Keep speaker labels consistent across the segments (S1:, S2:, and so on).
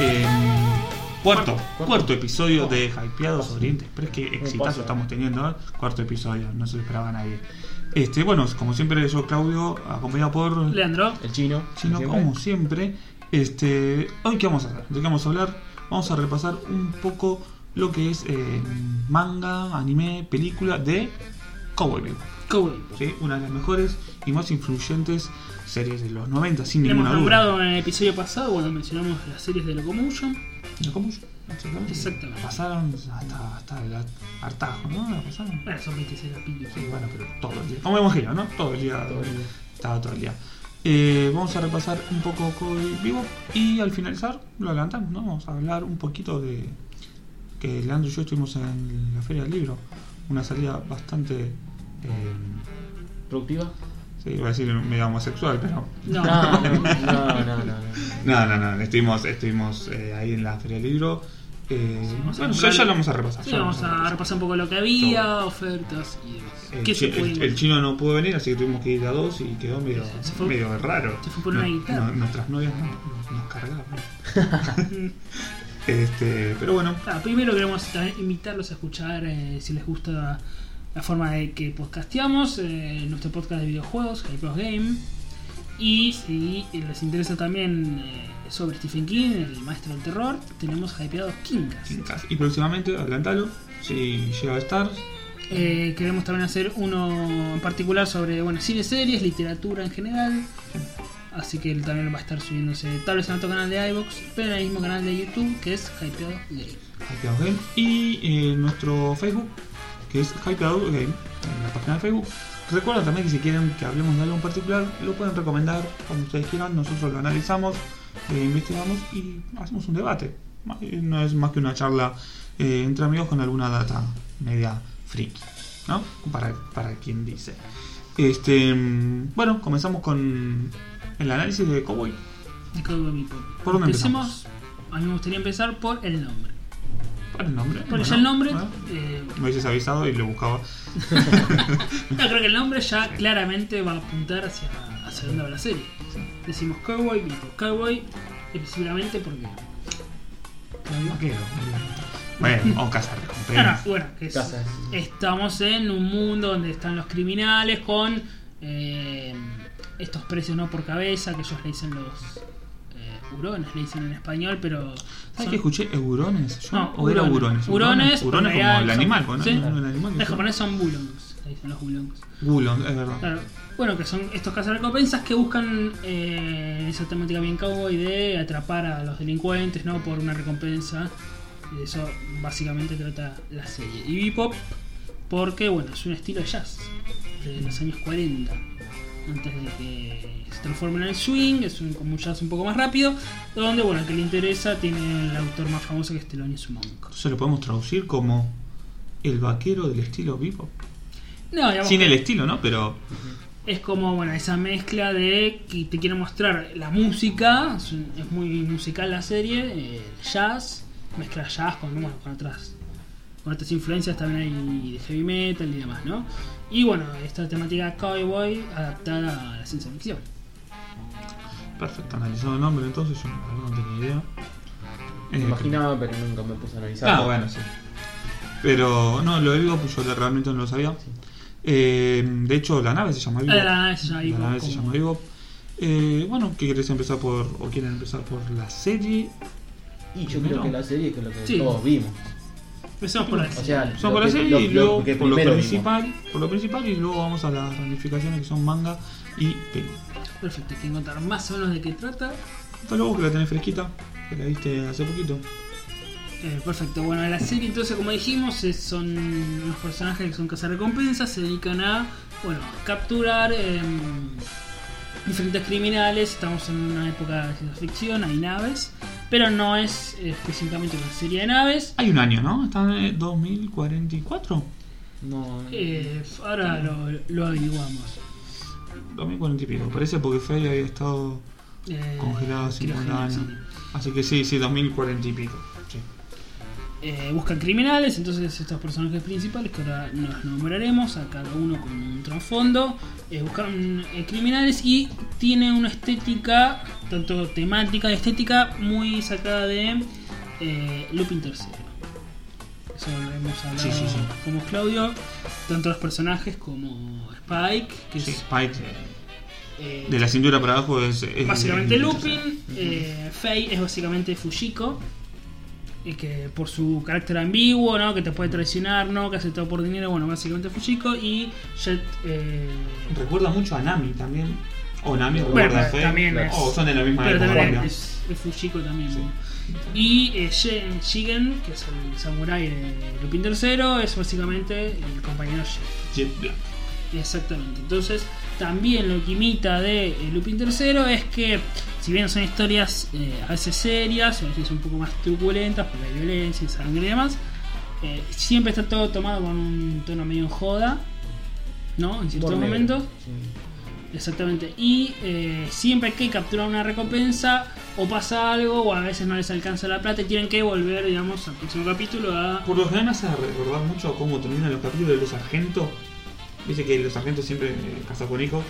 S1: eh, Cuarto, cuarto, cuarto episodio oh. de Hypeados Oriente Express. Que exitazo estamos teniendo. ¿eh? Cuarto episodio, no se lo esperaba nadie. Este, bueno, como siempre, yo Claudio, acompañado por.
S2: Leandro.
S3: El chino.
S1: Chino, siempre. como siempre. Este, hoy, ¿qué vamos a hacer? ¿De qué vamos a hablar? Vamos a repasar un poco lo que es eh, manga, anime, película de Cowboy Bebop.
S2: Cowboy.
S1: Sí, una de las mejores y más influyentes series de los 90, sin
S2: Lo hemos
S1: ninguna duda.
S2: nombrado en el episodio pasado cuando mencionamos las series de Locomotion.
S1: Locomotion, exactamente.
S2: Exactamente.
S1: Pasaron hasta, hasta el hartajo, ¿no? La pasaron.
S2: Bueno, son 26 capítulos.
S1: Sí, bueno, pero todo el día. Como me imagino, ¿no? Todo el día.
S3: Todo el día.
S1: Estaba todo el día. Eh, vamos a repasar un poco Cowboy Vivo y al finalizar lo adelantamos, ¿no? Vamos a hablar un poquito de que Leandro y yo estuvimos en la Feria del Libro. Una salida bastante. eh,
S3: ¿Productiva?
S1: Sí, iba a decir medio homosexual, pero.
S2: No,
S3: No, no, no, no. no.
S1: No, no, no. Estuvimos, estuvimos eh, ahí en la Feria del Libro. Eh,
S2: vamos a
S1: bueno, ya,
S2: comprar-
S1: ya lo vamos a repasar.
S2: Sí,
S1: ya lo
S2: vamos a repasar un poco lo que había, ofertas y demás.
S1: El,
S2: ¿Qué
S1: chi-
S2: se
S1: el-
S2: puede?
S1: Eh, el chino no pudo venir, así que tuvimos que ir a dos y quedó medio,
S2: Se fue-
S1: medio raro.
S2: se fue por una
S1: No-
S2: guitarra.
S1: no- nuestras novias no- no- nos cargaban. este, pero bueno,
S2: Ah, primero queremos también invitarlos a escuchar eh, si les gusta la forma de que podcasteamos, eh, nuestro podcast de videojuegos, Hypros Game. Y si les interesa también eh, sobre Stephen King, el maestro del terror, tenemos Hypeados Kinkas.
S1: Kinkas. y próximamente, adelantalo, si llega a estar.
S2: Eh, queremos también hacer uno en particular sobre bueno, cine, series, literatura en general. Así que él también va a estar subiéndose tal vez en otro canal de iVoox, pero en el mismo canal de YouTube que es Hypeados Game.
S1: Hypeado Game y eh, nuestro Facebook, que es Hypeado Game, en la página de Facebook. Recuerden también que si quieren que hablemos de algo en particular, lo pueden recomendar como ustedes quieran, nosotros lo analizamos, eh, investigamos y hacemos un debate. Eh, No es más que una charla eh, entre amigos con alguna data media friki, ¿no? Para, para quien dice. Este, mm, bueno, comenzamos con el análisis de Cowboy.
S2: De Cowboy Bebop.
S1: ¿Por dónde
S2: Empecemos. A mí me gustaría empezar por el nombre.
S1: ¿Cuál es el nombre?
S2: Porque
S1: Bueno,
S2: ya el nombre.
S1: bueno,
S2: eh,
S1: me hubieses avisado y lo buscaba.
S2: no, creo que el nombre ya claramente va a apuntar hacia, hacia dónde va la serie. Decimos Cowboy Bebop. Cowboy, específicamente porque.
S1: Vaquero. Bueno, o cazar
S2: No, no,
S1: recompensas.
S2: bueno, que es-
S3: Casas.
S2: estamos en un mundo donde están los criminales con eh, estos precios no por cabeza, que ellos le dicen los eh, hurones, le dicen en español, pero.
S1: ¿Sabes
S2: son-
S1: que escuché eurones? Yo,
S2: No,
S1: o era hurones.
S2: hurones.
S1: Hurones
S2: Hurones, porque
S1: como el
S2: son-
S1: animal, ¿no?
S2: sí.
S1: El animal que
S2: En
S1: son-
S2: japonés son bulongs, le dicen los bulongs.
S1: Gulon, es verdad.
S2: Claro. Bueno, que son estos cazarrecompensas que buscan eh, esa temática bien cowboy de atrapar a los delincuentes, ¿no? Por una recompensa. Y de eso básicamente trata la serie. Y bebop, porque, bueno, es un estilo de jazz de los años 40. Antes de que se transforme en el swing, es un, como un jazz un poco más rápido. Donde, bueno, al que le interesa tiene el autor más famoso que es Thelonious Monk.
S1: Entonces lo podemos traducir como el vaquero del estilo vivo.
S2: No, digamos
S1: Sin
S2: que-
S1: el estilo, ¿no? Pero
S2: Es como, bueno, esa mezcla de que te quiero mostrar la música, es, un- es muy musical la serie, eh, jazz, mezcla jazz con, bueno, con otras con otras influencias también hay de heavy metal y demás, ¿no? Y bueno, esta temática cowboy adaptada a la ciencia ficción.
S1: perfecto, analizado el nombre entonces, yo la verdad no tenía idea.
S3: Me
S1: Eh,
S3: imaginaba, pero nunca me puse a analizar.
S1: Ah, bueno, sí. Pero no, lo de Vivo, pues yo de- realmente no lo sabía. Eh, de hecho, la nave se llama Vivo.
S2: Ah, la nave se llama Bebop,
S1: se
S2: como-
S1: llama Bebop. Eh, bueno, ¿qué querés empezar por, o quieren empezar por la serie?
S3: Y yo
S1: Primero.
S3: creo que la serie es lo que
S2: Sí.
S3: todos vimos.
S2: Empecemos por ahí.
S3: O sea,
S1: Empezamos
S3: lo
S1: por la
S3: que-
S1: serie
S3: lo-
S1: y
S3: lo
S1: luego
S3: que
S1: por lo,
S3: primero vimos.
S1: principal, por lo principal y luego vamos a las ramificaciones que son manga y película.
S2: Perfecto, hay que encontrar más o menos de qué trata.
S1: Hasta luego que la tenés fresquita, que la viste hace poquito.
S2: Eh, perfecto, bueno, la serie entonces como dijimos es- son unos personajes que son cazarrecompensas, se dedican a, bueno, a capturar em, diferentes criminales, estamos en una época de ciencia ficción, hay naves, pero no es eh, específicamente una serie de naves.
S1: Hay un año, ¿no? Está en eh, 2044.
S3: No, no.
S2: Eh, ahora lo, lo averiguamos.
S1: 2040 y pico, parece porque Fey había estado
S2: Eh,
S1: congelado 50
S2: criogenización.
S1: años. Así que sí, sí, 2040 y pico. Sí.
S2: eh, buscan criminales, entonces estos personajes principales, que ahora nos nombraremos, a cada uno con un trasfondo, eh, buscan eh, criminales y tiene una estética, tanto temática y estética, muy sacada de eh, Lupin tercero. Eso lo hemos hablado
S1: Sí, sí, sí.
S2: como Claudio, tanto los personajes como Spike, que
S1: Sí,
S2: es
S1: Spike, eh,
S2: eh,
S1: de la cintura para abajo es. es-
S2: básicamente
S1: es-
S2: Lupin, eh, Faye es básicamente Fujiko, y que por su carácter ambiguo, ¿no? que te puede traicionar, ¿no? que hace todo por dinero, bueno, básicamente Fujiko y Jet... eh,
S1: Recuerda mucho a Nami también. O Nami,
S3: Bueno,
S1: recuerda a
S2: pero
S1: Faye.
S2: también es-
S1: O son de la misma
S2: pero
S1: época.
S2: también
S1: obvio.
S2: es, es Fujiko también. ¿no? Y eh, Shen- Shigen, que es el samurái de Lupin III, es básicamente el compañero Shen.
S1: Jet Black.
S2: Exactamente. Entonces, también lo que imita de eh, Lupin III es que, si bien son historias eh, a veces serias, a veces un poco más truculentas, porque hay violencia y sangre y demás, eh, siempre está todo tomado con un tono medio en joda, ¿no? En este ciertos
S3: Humor negro.
S2: momentos.
S3: Sí.
S2: Exactamente. Y eh, siempre que capturan una recompensa, o pasa algo, o a veces no les alcanza la plata y tienen que volver, digamos, al próximo capítulo a.
S1: Por lo general me hace recordar mucho cómo terminan los capítulos de los sargentos. Viste que los sargentos siempre, casa con hijos,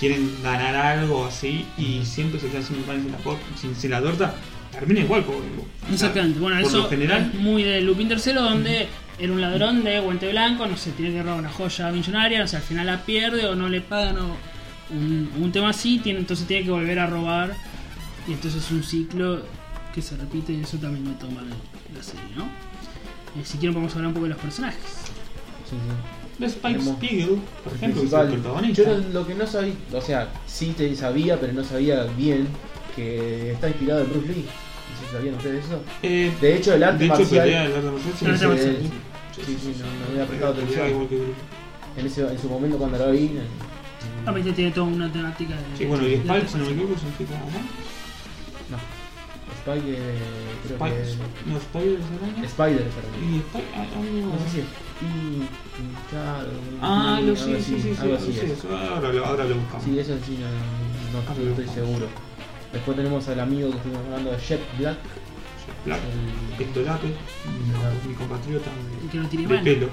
S1: quieren ganar algo así y siempre se quedan sin un pan y sin la, cor- sin, sin la torta. Termina igual, como digo. O sea,
S2: Exactamente, bueno,
S1: por
S2: eso
S1: lo general,
S2: es muy de Lupin III, donde era un ladrón de guante blanco, no sé, tiene que robar una joya millonaria, no sé, al final la pierde o no le pagan o un, un tema así, tiene, entonces tiene que volver a robar. Y entonces es un ciclo que se repite y eso también lo toma la, la serie, ¿no? Eh, si quieren podemos hablar un poco de los personajes.
S3: Sí, sí.
S1: de Spike
S3: Tenemos-
S1: Spiegel, por
S3: El
S1: ejemplo, que es el
S3: principal.
S1: protagonista.
S3: Yo lo que no sabía, o sea, sí te sabía, pero no sabía bien que está inspirado en Bruce Lee. No sé si sabían ustedes eso.
S1: Eh,
S3: De hecho, el arte
S1: de hecho,
S3: marcial-
S1: pelea el arte marcial. sí,
S2: El arte
S1: sí,
S2: marcial.
S1: sí, sí,
S3: Sí, sí,
S1: sí,
S3: no,
S1: sí,
S3: no había prestado
S1: pelea
S3: atención.
S1: igual que Bruce.
S3: En, ese, en su momento cuando lo vi. en-
S2: Obviamente este tiene toda una temática de...
S1: Sí, bueno, y
S2: de-
S1: Spike, si no me equivoco, es un chico, ¿no?
S3: No. Spike. eh, creo
S1: Spike,
S3: que-
S1: no, Spike es araña.
S3: Spider, perdón.
S1: Y Spike, ah, algo-
S3: No sé si es. Pi- Picado,
S1: Ah,
S3: algo
S1: lo sí, sí,
S3: así,
S1: sí, sí,
S3: algo así
S1: sí, Ah,
S3: es.
S1: eso, Ahora lo, ahora lo buscamos.
S3: Sí, eso sí, no, no- no estoy seguro. Después tenemos al amigo que estuvimos hablando de Jet Black.
S1: Claro.
S3: el-
S1: Pectorate, mi, mi compatriota
S2: Y
S1: de,
S2: que no tiene
S1: de
S2: mano,
S1: pelo.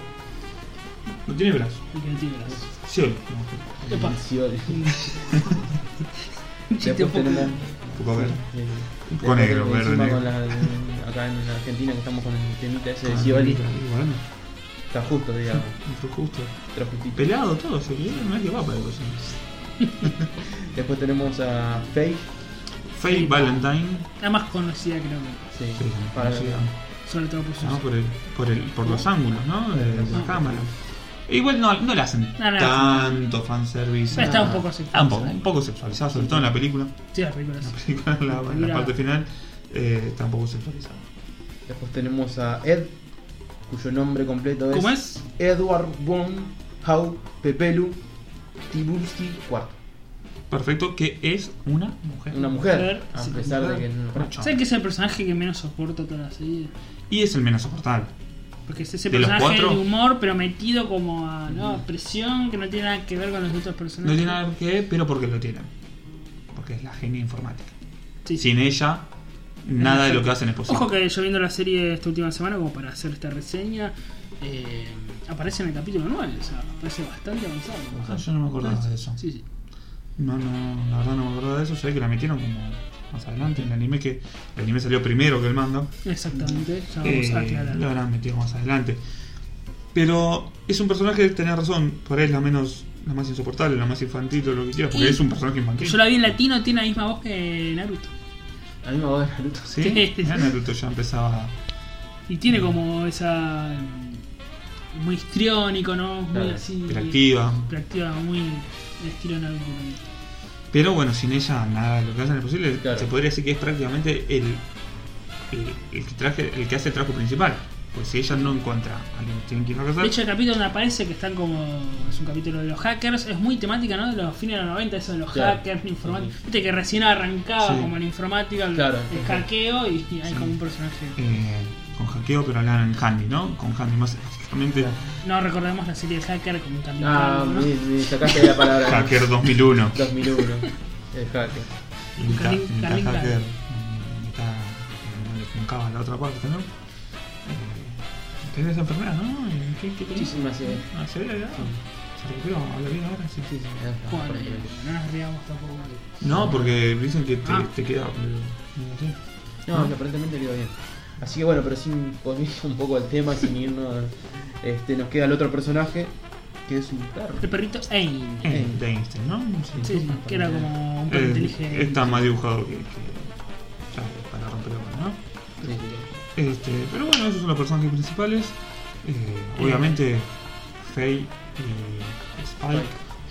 S1: No tiene brazos.
S2: y que no tiene brazos.
S1: Cielo.
S3: el
S2: Epa.
S3: Siol.
S2: Chiste un
S3: Después
S2: poco-
S3: tenemos.
S1: poco verde.
S3: sí, sí.
S1: Un poco
S3: Después
S1: negro,
S3: tenemos
S1: verde,
S3: encima
S1: negro.
S3: con la- acá en Argentina que estamos con el temita ese
S1: Ah,
S3: de Sioli.
S1: Igual,
S3: Está justo, digamos.
S1: no. justo.
S3: Pero justito.
S1: Pelado todo, se quedó, no es que va para eso.
S3: Después tenemos a Faye.
S1: Faye Valentine.
S2: La más conocida creo que,
S3: Sí,
S1: Sí,
S3: para
S1: sí,
S2: sobre todo por sus...
S1: ¿no? por, el, por, el, por los ángulos, ¿no? De de las cámaras. Igual no, no le hacen
S2: No, no.
S1: tanto fanservice.
S2: Está un
S3: Ah,
S2: poco sexual.
S1: Ah, un poco, un poco sexualizado, sobre todo en la película.
S2: Sí, la película sí.
S1: En la, en la
S2: Mira.
S1: parte final eh, está un poco sexualizado.
S3: Después tenemos a Ed, cuyo nombre completo es,
S2: ¿Cómo es?
S3: Edward Von Hau Pepelu Tibulski IV.
S1: Perfecto, que es una mujer.
S3: Una mujer,
S2: Mujer,
S3: a
S2: sí,
S3: pesar
S1: mujer.
S3: de que no
S1: Una chava.
S2: ¿Sabes que es el personaje que menos soporto toda la serie?
S1: Y es el menos soportable.
S2: Porque es ese
S1: ¿De los
S2: personaje de
S1: cuatro?
S2: humor, pero metido como a ¿no? a presión que no tiene nada que ver con los otros
S1: No
S2: personajes.
S1: tiene nada que ver, pero porque lo tienen. Porque es la genia informática.
S2: Sí, sí.
S1: Sin pues ella, nada de lo que hacen es posible.
S2: Ojo que yo viendo la serie esta última semana, como para hacer esta reseña, eh, aparece en el capítulo 9, o sea, aparece bastante avanzado.
S1: Ah, yo no me acordaba de eso.
S2: Sí, sí.
S1: No, no, la verdad no me acordaba de eso. Sabía que la metieron como más adelante en el anime, que el anime salió primero que el manga.
S2: Exactamente, ya vamos a
S1: Eh, lo
S2: aclararlo.
S1: habrán metido más adelante. Pero es un personaje, tenés razón, por ahí es la menos, la más insoportable, la más infantil, o lo que quieras, porque
S2: Y-
S1: es un personaje infantil.
S2: Yo la vi en latino, tiene la misma voz que Naruto.
S3: A mí me va a dar Naruto.
S1: Sí, ya Naruto ya empezaba.
S2: Y tiene como esa. mm, Muy histriónico, ¿no? Muy
S3: Claro,
S2: así.
S1: hiperactiva.
S2: Hiperactiva, muy de estilo Naruto. también.
S1: Pero bueno, sin ella nada de lo que hacen es posible.
S3: Claro.
S1: Se podría decir que es prácticamente el, el, el que traje, el que hace el trabajo principal. Pues si ella no encuentra a alguien que tiene que
S2: De hecho,
S3: Ah.
S1: casar,
S2: el capítulo donde aparece que están como. Es un capítulo de los hackers. Es muy temática, ¿no? De los fines de los 90, eso de los
S3: Claro.
S2: hackers, la informática.
S3: Sí.
S2: Viste que recién arrancaba
S1: Sí.
S2: como la informática, el,
S3: Claro,
S2: el
S3: sí.
S2: hackeo y, y hay
S1: Sí.
S2: como un personaje.
S1: eh, con hackeo, pero hablan en handy, ¿no? Con handy más específicamente.
S3: Claro.
S2: No recordemos la serie de hacker como un cambio.
S3: Ah,
S2: ¿no?
S3: me, me sacaste la palabra.
S1: Hacker 2001.
S3: 2001. El hacker.
S1: Mitad
S2: Carlin-
S1: mitad
S2: Carlin
S1: hacker,
S2: Carlin.
S1: mitad. No le funcaba la otra parte, ¿no? Eh, Tenía esa enfermedad, ¿no? Eh, ¿Qué, qué tenía?
S3: Muchísima se.
S1: Ah, se ve, ¿no? Se recuperó, habla bien ahora, sí.
S3: Sí, sí, ya está,
S2: Bueno,
S3: perfecto.
S2: no nos riamos tampoco.
S1: No, porque dicen que te,
S2: Ah.
S1: te queda. eh, no sé.
S3: No, que aparentemente le iba bien. Así que bueno, pero sin volviendo un poco al tema, sin irnos. Este, nos queda el otro personaje, que es un perro.
S2: El perrito Ain.
S3: Eh,
S1: Eh, de Einstein, ¿no?
S2: Sí, sí, que era como un perro
S1: Eh,
S2: inteligente.
S1: está más dibujado que. que- ya, para romper la mano, ¿no?
S3: Sí, sí, sí.
S1: Este, pero bueno, esos son los personajes principales. Eh,
S2: Eh.
S1: Obviamente, Faye y Spike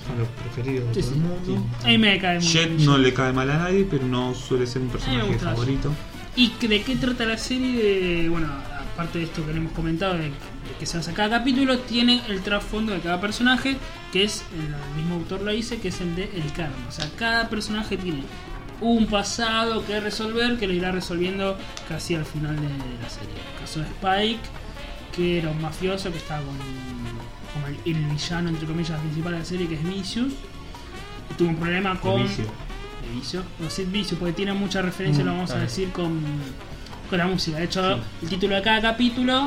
S1: son los preferidos de
S2: Sí,
S1: todo
S2: sí.
S1: el mundo.
S2: A mí me cae muy
S1: Jet
S2: bien.
S1: no le cae mal a nadie, pero no suele ser un personaje
S2: gusta.
S1: favorito.
S2: ¿Y que- de qué trata la serie? Bueno, aparte de esto que le hemos comentado, de, de que se hace cada capítulo, tiene el trasfondo de cada personaje, que es, el mismo autor lo dice, que es el de El Karma. O sea, cada personaje tiene un pasado que resolver, que lo irá resolviendo casi al final de, de la serie. El caso de Spike, que era un mafioso que estaba con, como el, el villano, entre comillas, principal de la serie, que es Vicious. que Tuvo un problema con
S1: Inicio.
S2: de Vicio, o Sid Vicio, porque tiene mucha referencia,
S3: Mm,
S2: lo vamos a
S3: claro.
S2: decir, con, con la música. De hecho,
S3: Sí.
S2: el título de cada capítulo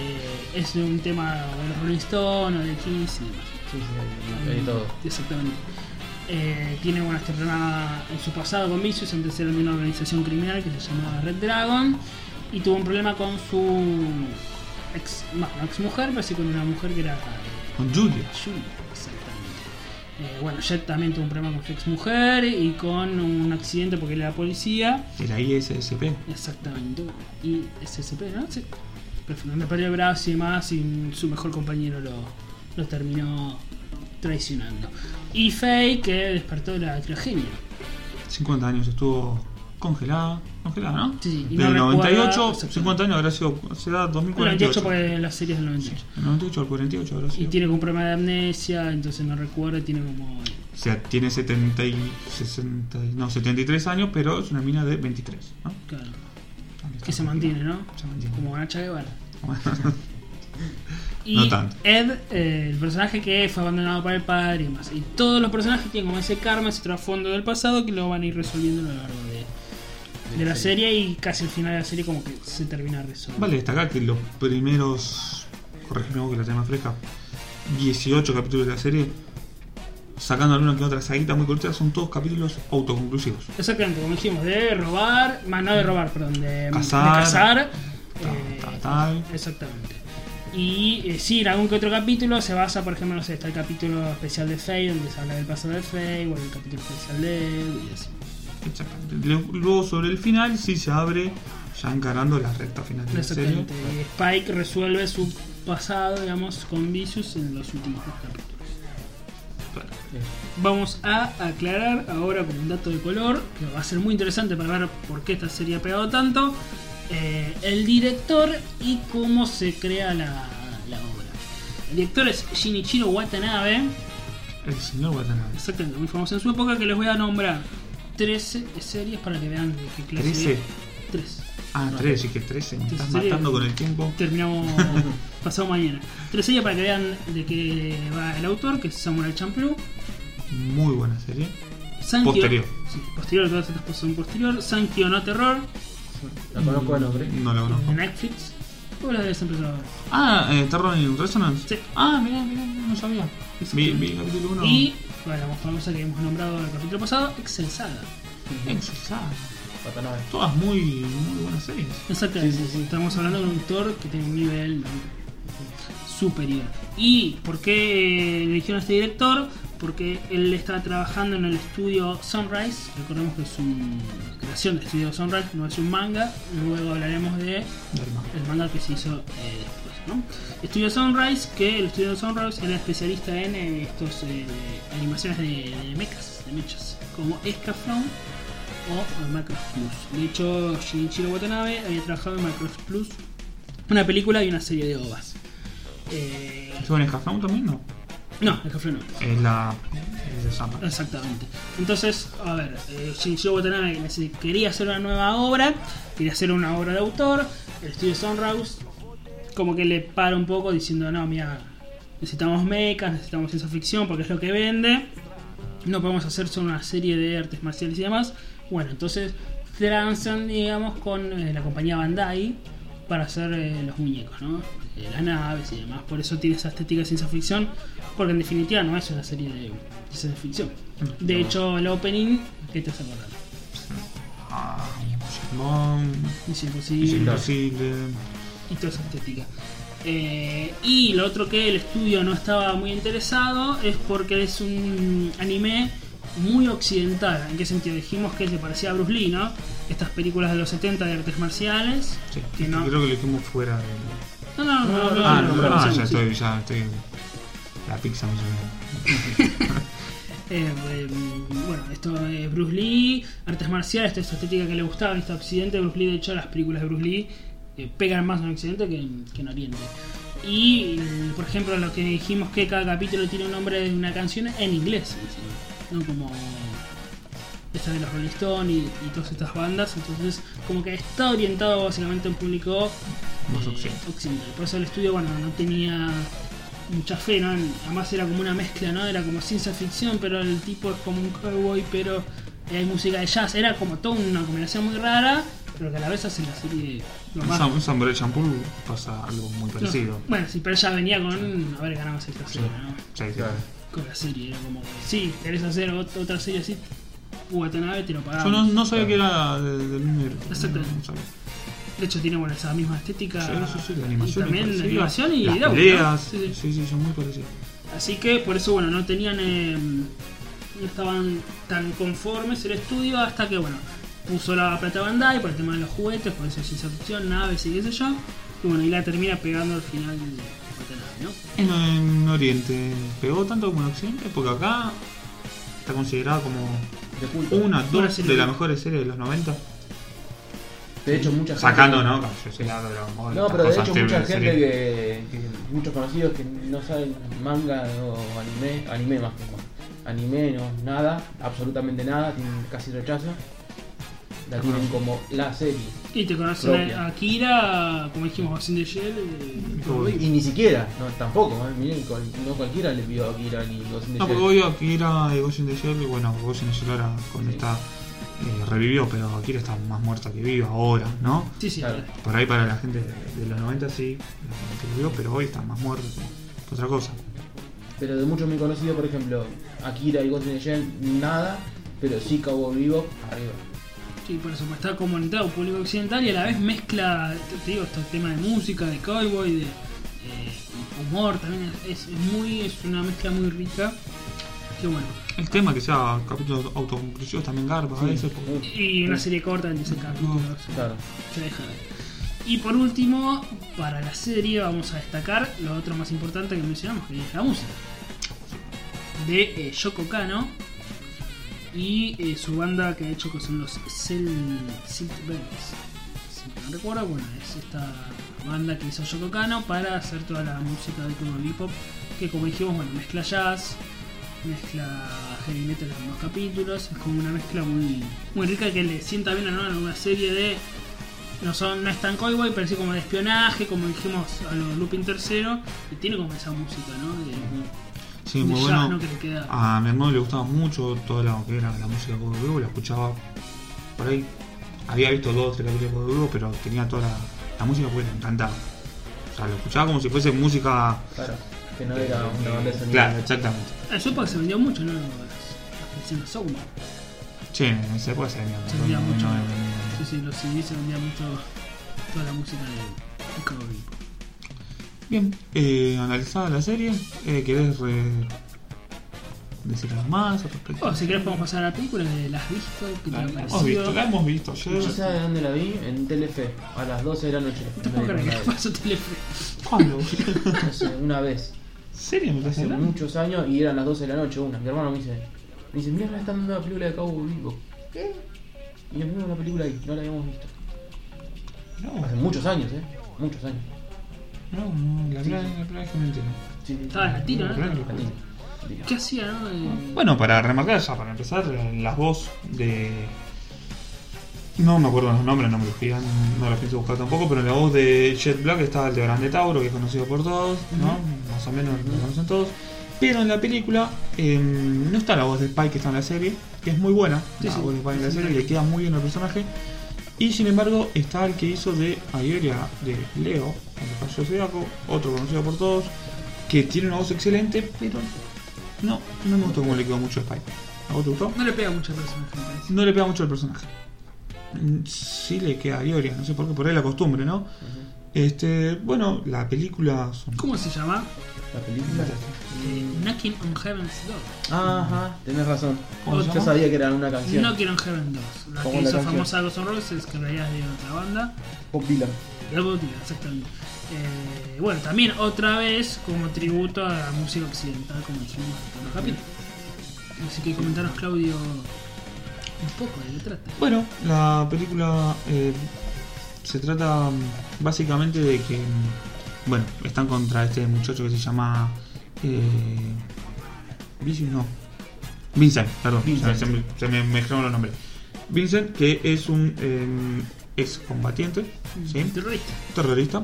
S2: eh, es de un tema de los Rolling Stones, o de Kiss y demás. Mm,
S3: Sí, sí, hay- hay todo.
S2: Exactamente. Eh, tiene bueno, este problema en su pasado con Vicious, antes era de una organización criminal que se llamaba Red Dragon y tuvo un problema con su ex, no, ex mujer, pero sí con una mujer que era
S1: Con Julia.
S2: Julia, exactamente. Eh, bueno, Jet también tuvo un problema con su ex mujer y con un accidente porque él era policía.
S1: Era ISSP.
S2: Exactamente. Y SSP, ¿no? Sí. Pero Fernando perdió el brazo y demás y su mejor compañero lo, lo terminó traicionando. Y Faye que despertó de la criogenia.
S1: 50 años estuvo congelada. Congelada, ¿no?
S2: Sí, y no
S1: Del
S2: recuerda-
S1: 98,
S2: exacto.
S1: 50 años habrá sido. Será
S2: Bueno,
S1: 2048.
S2: 98 porque la serie es del 98.
S1: Del 98 al 48 habrá
S2: Y
S1: sido.
S2: tiene como un problema de amnesia, entonces no recuerda, tiene como...
S1: O sea, tiene 70 y 60, y- no, 73 años, pero es una mina de 23, ¿no?
S2: claro, que se mantiene, ¿no?
S1: Se mantiene.
S2: Como Nacha Guevara. Y
S1: No tanto.
S2: Ed, eh, el personaje que fue abandonado por el padre y más. Y todos los personajes tienen como ese karma, ese trasfondo del pasado que lo van a ir resolviendo a lo largo de, de la serie. Y casi al final de la serie como que se termina resolviendo.
S1: Vale destacar que los primeros, corregime vos que la tema fresca, 18 capítulos de la serie, sacando alguna que otra saguita muy cortita, son todos capítulos autoconclusivos.
S2: Exactamente, como dijimos, de robar, más no de robar, perdón, de
S1: Cazar.
S2: de cazar, eh,
S1: Ta- ta- tal.
S2: Exactamente. Y eh, sí, en algún que otro capítulo se basa, por ejemplo, no sé, está el capítulo especial de Faye, donde se habla del pasado de Faye, o el capítulo especial de Ed, y así.
S1: Exactamente. Le- Luego sobre el final sí se abre ya encarando la recta final de la serie.
S2: Exactamente. Y Spike resuelve su pasado, digamos, con Vicious en los últimos dos capítulos.
S1: Claro.
S2: Vamos a aclarar ahora con un dato de color, que va a ser muy interesante para ver por qué esta serie ha pegado tanto, eh, el director y cómo se crea la, la obra. El director es Shinichiro Watanabe,
S1: El señor Watanabe.
S2: exactamente, muy famoso en su época, que les voy a nombrar 13 series para que vean de qué clase.
S1: ¿Trece?
S2: 3.
S1: Ah, 13, dije 13, me
S2: Sí,
S1: estás
S2: sí.
S1: matando con el tiempo.
S2: Terminamos pasado mañana. Tres series para que vean de qué va el autor, que es Samuel Champloo.
S1: Muy buena serie.
S2: Sankyo-
S1: Posterior.
S2: Sí, posterior, todas estas cosas son posterior. Sankyo no terror,
S3: La conozco de nombre.
S1: No la conozco.
S2: de Netflix. Vos la habías empezado a ver.
S1: Ah, eh, Terror in Resonance.
S2: Sí.
S1: Ah, mirá, mirá, no sabía. Vi, vi el capítulo 1.
S2: Y, bueno, la más famosa que hemos nombrado en el capítulo pasado, Excel Saga.
S1: Exorcizada.
S3: Satanás.
S1: Todas muy, muy buenas series.
S2: Exactamente.
S3: Sí, sí, sí.
S2: Estamos hablando de un autor que tiene un nivel ¿no? superior. ¿Y por qué eligieron a este director? Porque él está trabajando en el estudio Sunrise. Recordemos que es una creación del estudio Sunrise, no es un manga. Luego hablaremos de
S1: Del manga.
S2: el manga que se hizo eh, después. ¿no? Estudio Sunrise, que el estudio Sunrise era especialista en eh, estos eh, animaciones de, de mechas, de mechas, como Escaflown o Macros Plus. De hecho, Shinichiro Watanabe había trabajado en Macros Plus, una película y una serie de ovas. Eh,
S1: ¿Estuvo en Escaflón también? No.
S2: no, Escaflown no.
S1: Es la. Es de Samba.
S2: Exactamente. Entonces, a ver, eh, Shinichiro Watanabe nece- quería hacer una nueva obra, quería hacer una obra de autor, el estudio Sunrise como que le para un poco diciendo, no, mira, necesitamos mechas, necesitamos ciencia ficción porque es lo que vende, no podemos hacer solo una serie de artes marciales y demás. Bueno, entonces transan, digamos, con eh, la compañía Bandai para hacer eh, los muñecos, ¿no? Eh, las naves y demás. Por eso tiene esa estética de ciencia ficción, porque en definitiva no es una serie de, de ciencia ficción. De hecho, el opening, ¿qué te hace acordar?
S1: Ah, Simón,
S2: Misión Imposible.
S1: Misión Imposible.
S2: y toda esa estética. Eh, y lo otro que el estudio no estaba muy interesado es porque es un anime muy occidental. ¿En qué sentido? Dijimos que se parecía a Bruce Lee, ¿no? Estas películas de los 70 de artes marciales.
S1: Sí,
S2: que no.
S1: creo que lo hicimos fuera de...
S2: No, no, no, no, no,
S1: Ah,
S2: no,
S1: no,
S2: no,
S1: ah,
S2: no,
S1: ya
S2: sí.
S1: estoy, ya estoy... La pizza me suena.
S2: Eh, eh, bueno, esto es Bruce Lee, artes marciales, esta es su estética que le gustaba, vista occidente, Bruce Lee, de hecho las películas de Bruce Lee eh, pegan más en occidente que en, que en oriente. Y, mm, por ejemplo, lo que dijimos que cada capítulo tiene un nombre de una canción en inglés, ¿sí? no como esta de los Rolling Stones y, y todas estas bandas, entonces como que está orientado básicamente a un público
S1: Más
S2: eh,
S1: occidental.
S2: occidental. Por eso el estudio, bueno, no tenía mucha fe, ¿no? Además era como una mezcla, ¿no? Era como ciencia ficción, pero el tipo es como un cowboy, pero eh, hay música de jazz. Era como toda una combinación muy rara, pero que a la vez hace la serie lo
S1: Un
S2: más...
S1: sam- Un sombrero champú pasa algo muy parecido.
S2: No, bueno, sí, pero ya venía con haber ganado esa serie, ¿no?
S1: Sí, sí.
S3: Claro.
S2: Con la serie, era como, sí, querés hacer ot- otra serie así, Watanabe te lo pagamos.
S1: Yo no, no sabía que era de- del mismo director.
S2: Exactamente.
S1: No sabía.
S2: De hecho tiene bueno, esa misma estética.
S1: Sí, sí, sí, la animación
S2: y también
S1: es
S2: la
S1: parecida.
S2: animación y
S1: Las
S2: Dabu, ¿no?
S1: peleas,
S2: Sí,
S1: sí,
S2: sí.
S1: sí, son muy parecidas.
S2: Así que por eso, bueno, no tenían. eh, no estaban tan conformes el estudio hasta que, bueno, puso la plata Bandai por el tema de los juguetes, por eso es ciencia ficción, naves y qué sé yo. Y bueno, y la termina pegando al final de Watanabe, ¿no?
S1: En, en Oriente, ¿pegó tanto como en Occidente? Porque acá está considerada como
S3: De culto.
S1: una,
S2: Una
S1: dos
S2: serie.
S1: de las mejores series de los 90.
S3: De hecho, mucha gente-
S1: Sacando, ¿no? Yo sé la Dragon Ball,
S3: No,
S1: estas
S3: pero de
S1: cosas
S3: hecho
S1: te-
S3: mucha gente
S1: series.
S3: que, que- muchos conocidos que no saben manga o anime, anime más que más. Anime no, nada, absolutamente nada, tienen casi rechazo. La tienen
S1: Ah.
S3: como la serie.
S2: Y te conocen
S3: Propia.
S2: a Akira, como dijimos, Bassin de Shell. eh,
S1: Uy.
S3: Y ni siquiera, no, tampoco, ¿eh? miren, cual- no cualquiera le pidió a Akira ni Ghost in the
S1: No, porque
S3: Shell.
S1: obvio Akira de Ghost in the Shell, y bueno, Ghost in the Shell ahora con
S3: Sí.
S1: esta eh, revivió, pero Akira está más muerta que viva ahora, ¿no?
S2: Sí, sí,
S3: Claro.
S2: ahora.
S1: Por ahí para la gente de, de los 90 sí, la gente que vivió, pero hoy está más muerta que- que otra cosa.
S3: Pero de muchos muy conocidos, por ejemplo, Akira y Ghost in the Shell, nada, pero sí Cowboy Vivo, arriba.
S2: Sí, por eso, pues, está como orientado a un público occidental y a la vez mezcla, te, te digo, estos temas de música, de cowboy, de eh, humor también. Es, es muy, es una mezcla muy rica. Que bueno.
S1: El tema que sea capítulos autoconclusivos también garba a veces. porque-
S2: Y una serie corta de 16 capítulos.
S3: Claro.
S2: se deja ver. Y por último, para la serie vamos a destacar lo otro más importante que mencionamos, que es la música. De eh, Yoko Kano y eh, su banda que de hecho que son los Cell Silk Bells. Si no recuerdo, bueno, es esta banda que hizo Yoko Kano para hacer toda la música de Cowboy Bebop, que como dijimos, bueno, mezcla jazz, mezcla heavy metal en los capítulos, es como una mezcla muy, muy rica que le sienta bien ¿no? en una serie de no son no es tan cowboy, pero sí como de espionaje, como dijimos a los Lupin tercero, y tiene como esa música, ¿no? De,
S1: Sí,
S2: de
S1: muy
S2: jazz,
S1: bueno.
S2: ¿no? Que le queda.
S1: A mi hermano le gustaba mucho toda la, que era la música de Cowboy Vivo, la escuchaba por ahí. Había visto dos o tres capítulos de Cowboy Vivo, pero tenía toda la, la música porque le encantaba. O sea, lo escuchaba como si fuese música.
S3: Claro, que no era una banda de sonido.
S1: Claro, exactamente.
S2: Ah, Eso porque se vendió mucho, ¿no? Las las canciones Soundman.
S1: Che, en esa época se venía un
S2: Se
S1: montón,
S2: vendía
S1: no,
S2: mucho.
S1: no, no, no.
S2: Sí, sí, los CDs se vendían mucho toda la música de de cowboy.
S1: Bien, eh, analizada la serie, eh, ¿querés re- decir algo más al respecto?
S2: Bueno, Oh, si querés podemos pasar a la película de las visto, que te
S1: la,
S2: ha
S1: la hemos visto,
S2: parecido.
S1: la hemos visto
S3: ¿Y
S1: ayer.
S3: sabes dónde la vi? En Telefe, a las 12 de la noche.
S2: No te puedo
S3: Me
S2: creer que
S3: dieron la-
S2: pasó teléfono.
S1: ¿Cuándo?
S3: Hace una vez,
S1: ¿Serio me parece?
S3: hace muchos años, y eran las 12 de la noche una. Mi hermano me dice, me dice, mira, están dando la película de Cowboy Vivo. ¿Qué? Y nos vimos la película ahí, no la habíamos visto.
S1: No,
S3: Hace muchos años, eh. Muchos años.
S1: no, no, la verdad la verdad es que no entiendo.
S3: Sí, sí, sí.
S2: Estaba latino,
S1: La verdad
S2: ¿no?
S1: es que-
S3: Latino. Latino.
S2: ¿Qué hacía, no? Eh, De-
S1: Bueno, para remarcar ya, para empezar, las voz de... No me acuerdo los nombres, no me los pidan, no los pienso buscar tampoco, pero en la voz de Jet Black está el de Grande Tauro, que es conocido por todos, ¿no? Más o menos lo conocen todos. Pero en la película eh, no está la voz de Spike que está en la serie, que es muy buena,
S2: Sí,
S1: la
S2: sí.
S1: voz de Spike en la
S2: Sí,
S1: serie,
S2: sí.
S1: le queda muy bien al personaje. Y sin embargo está el que hizo de Ayoria de Leo, en el Paso de Zodiaco, otro conocido por todos, que tiene una voz excelente, pero no, no me gustó cómo le quedó mucho a Spike. ¿A vos te gustó?
S2: No le pega mucho al personaje, me parece.
S1: No le pega mucho al personaje. mm, sí le queda a Gloria, no sé por qué, por ahí la costumbre, ¿no?
S3: Ujú.
S1: Este, bueno, la película son-
S2: ¿Cómo se llama?
S3: La película.
S2: Eh, Knocking on Heaven's Door.
S3: Ajá, tenés razón.
S1: ¿Cómo se
S2: Otra.
S1: llama?
S3: Yo sabía que era una canción.
S2: Knocking on Heaven 2. La que
S3: Como la
S2: hizo
S3: canción.
S2: famosa Ghost N' Roses, que en realidad es de otra banda.
S3: Bob Dylan.
S2: Y algo tiene, exactamente. Eh, bueno, también otra vez como tributo a la música occidental, como dijimos en los capítulos. Así que comentanos, Claudio, un poco de qué trata.
S1: Bueno, la película eh, se trata mm, básicamente de que, mm, bueno, están contra este muchacho que se llama... Eh, Vicious, no. Vincent, perdón,
S3: Vincent.
S1: Se, me, se me mezclaron los nombres. Vincent, que es un em, ex excombatiente, ¿sí?
S2: Terrorista.
S1: terrorista.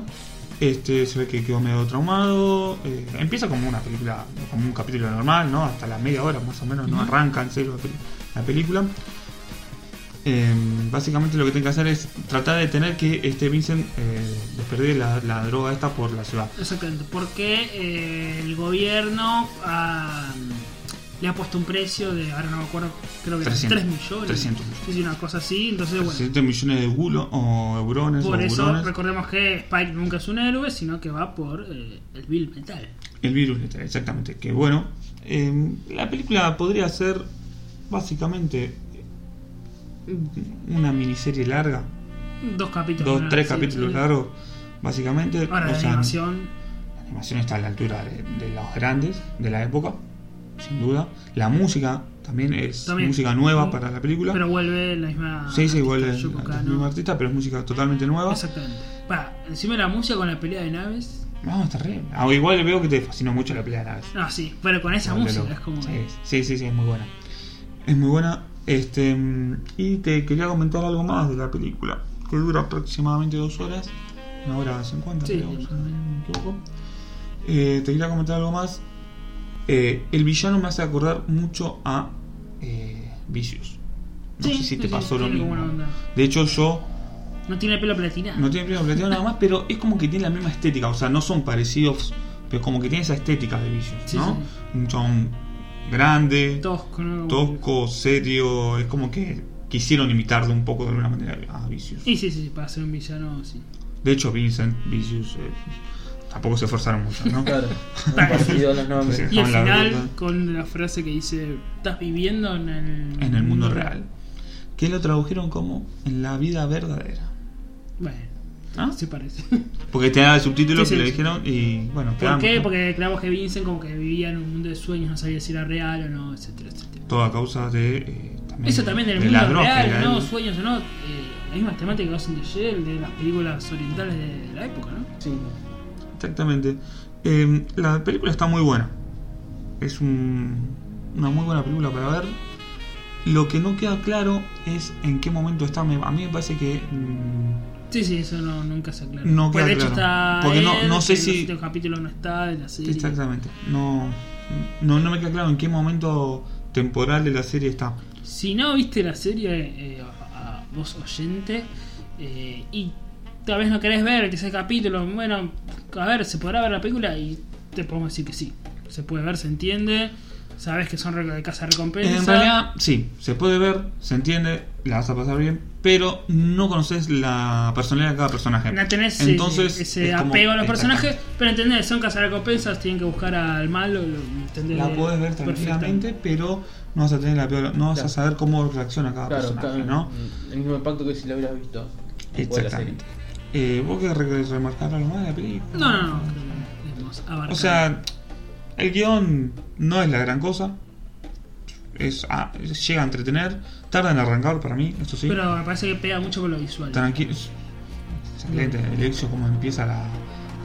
S1: Este, se ve que quedó medio traumado. eh, empieza como una película, como un capítulo normal, ¿no? Hasta la media hora más o menos, no
S2: Ujú.
S1: arranca en serio la peli- la película. Eh, básicamente lo que tiene que hacer es tratar de tener que este Vincent eh, desperdigue la, la droga esta por la ciudad.
S2: Exactamente, porque eh, el gobierno ah, le ha puesto un precio de, ahora no me acuerdo, creo que
S1: 300,
S2: 3 millones.
S1: 300 millones.
S2: Sí, sí, una cosa así, entonces bueno.
S1: 7 millones de gulo o eurones
S2: Por
S1: o
S2: eso
S1: burones.
S2: recordemos que Spike nunca es un héroe, sino que va por eh, el Bill Metal.
S1: El virus letal, exactamente. Que bueno, eh, la película podría ser básicamente una miniserie larga,
S2: Dos capítulos.
S1: dos,
S2: ¿no?
S1: tres
S2: Sí,
S1: capítulos
S2: sí.
S1: largos, básicamente.
S2: Ahora
S1: O
S2: la
S1: sea,
S2: animación.
S1: la animación está a la altura de, de los grandes de la época, sin duda. La música también es
S2: También.
S1: música nueva
S2: Mm,
S1: para la película.
S2: Pero vuelve la misma.
S1: sí, sí,
S2: artista,
S1: igual es
S2: Yoko
S1: el
S2: Kanno.
S1: mismo artista, pero es música totalmente nueva.
S2: Exactamente. Para, encima la música con la pelea de naves.
S1: No, está re. Ah, igual veo que te fascinó mucho la pelea de naves.
S2: No, sí, pero con esa
S1: Vuelve
S2: música
S1: loco.
S2: es como.
S1: Sí, sí, sí, sí, es muy buena. Es muy buena. Este, mm, y te quería comentar algo más de la película, que dura aproximadamente dos horas, una hora cincuenta,
S2: Sí,
S1: creo,
S2: sí.
S1: si no me equivoco. Eh, te quería comentar algo más. Eh, el villano me hace acordar mucho a eh, Vicious. No
S2: Sí,
S1: sé si
S2: sí,
S1: te
S2: sí,
S1: pasó lo
S2: tiene como
S1: mismo.
S2: una onda.
S1: De hecho, yo
S2: No tiene el pelo platinado.
S1: no tiene primero plateado nada más, pero es como que tiene la misma estética. O sea, no son parecidos, pero como que tiene esa estética de Vicious,
S2: Sí,
S1: ¿no?
S2: sí.
S1: Un chabón grande,
S2: Tosco, ¿no?
S1: tosco, serio. Es como que quisieron imitarlo un poco de alguna manera a Vicious.
S2: Y sí, sí, sí, para ser un villano, sí.
S1: De hecho, Vincent, Vicious, eh, tampoco se esforzaron mucho, ¿no?
S3: Claro. Un parecido los
S1: Sí.
S3: nombres.
S2: Y al
S1: Con la
S2: final,
S1: verdad.
S2: con la frase que dice: Estás viviendo en el.
S1: En el mundo real. Que lo tradujeron como en la vida verdadera.
S2: Bueno,
S1: ¿Ah?
S2: se parece.
S1: Porque tenía el subtítulo
S2: Sí, sí,
S1: que le
S2: sí.
S1: dijeron y bueno,
S2: ¿Por
S1: quedamos,
S2: qué?
S1: ¿no?
S2: Porque creamos que Vincent como que vivía en un mundo de sueños, no sabía si era real o no, etcétera, etcétera.
S1: Todo a causa de. eh, también,
S2: Eso también del
S1: de
S2: mundo
S1: la droga,
S2: real,
S1: era
S2: ¿no?
S1: el-
S2: Sueños o no. eh, la misma temática que Ghost in the Shell, de las películas orientales de la época, ¿no?
S3: Sí.
S1: Exactamente. Eh, la película está muy buena. Es un- una muy buena película para ver. Lo que no queda claro es en qué momento está. Me- A mí me parece que mm,
S2: Sí, sí, eso no, nunca se aclara.
S1: No
S2: Pues, de
S1: queda
S2: hecho
S1: claro.
S2: está.
S1: Porque no-
S2: Ed,
S1: no sé
S2: que
S1: si-
S2: El último capítulo no está de la serie.
S1: exactamente. No, no, no me queda claro en qué momento temporal de la serie está.
S2: Si no viste la serie, eh, a- a vos oyente, eh, y tal vez no querés ver el tercer capítulo, bueno, a ver, ¿se podrá ver la película? Y te podemos decir que sí. Se puede ver, se entiende. Sabes que son re- de casa recompensa.
S1: En realidad, sí, se puede ver, se entiende, la vas a pasar bien, pero no conoces la personalidad de cada personaje.
S2: No tenés eh,
S1: Entonces,
S2: ese
S1: es como-
S2: apego a los
S1: Exactamente.
S2: personajes, pero entendés, son cazarrecompensas, tienen que buscar al malo. lo- entendés
S1: La podés ver tranquilamente, pero no vas a tener la peor, no vas
S3: Claro.
S1: a saber cómo reacciona cada
S3: Claro,
S1: Ah, personaje,
S3: claro,
S1: ¿no?
S3: El mismo impacto que si lo hubieras visto. después de la serie.
S1: Exactamente. Eh, ¿Vos querés re- remarcar algo más de la película?
S2: No, no, no. creo que hemos abarcado.
S1: O sea, el guión no es la gran cosa. Es, ah, llega a entretener, tarda en arrancar para mí, eso sí.
S2: pero me parece que pega mucho con lo visual.
S1: Tranquilo. Excelente, el hecho como empieza la,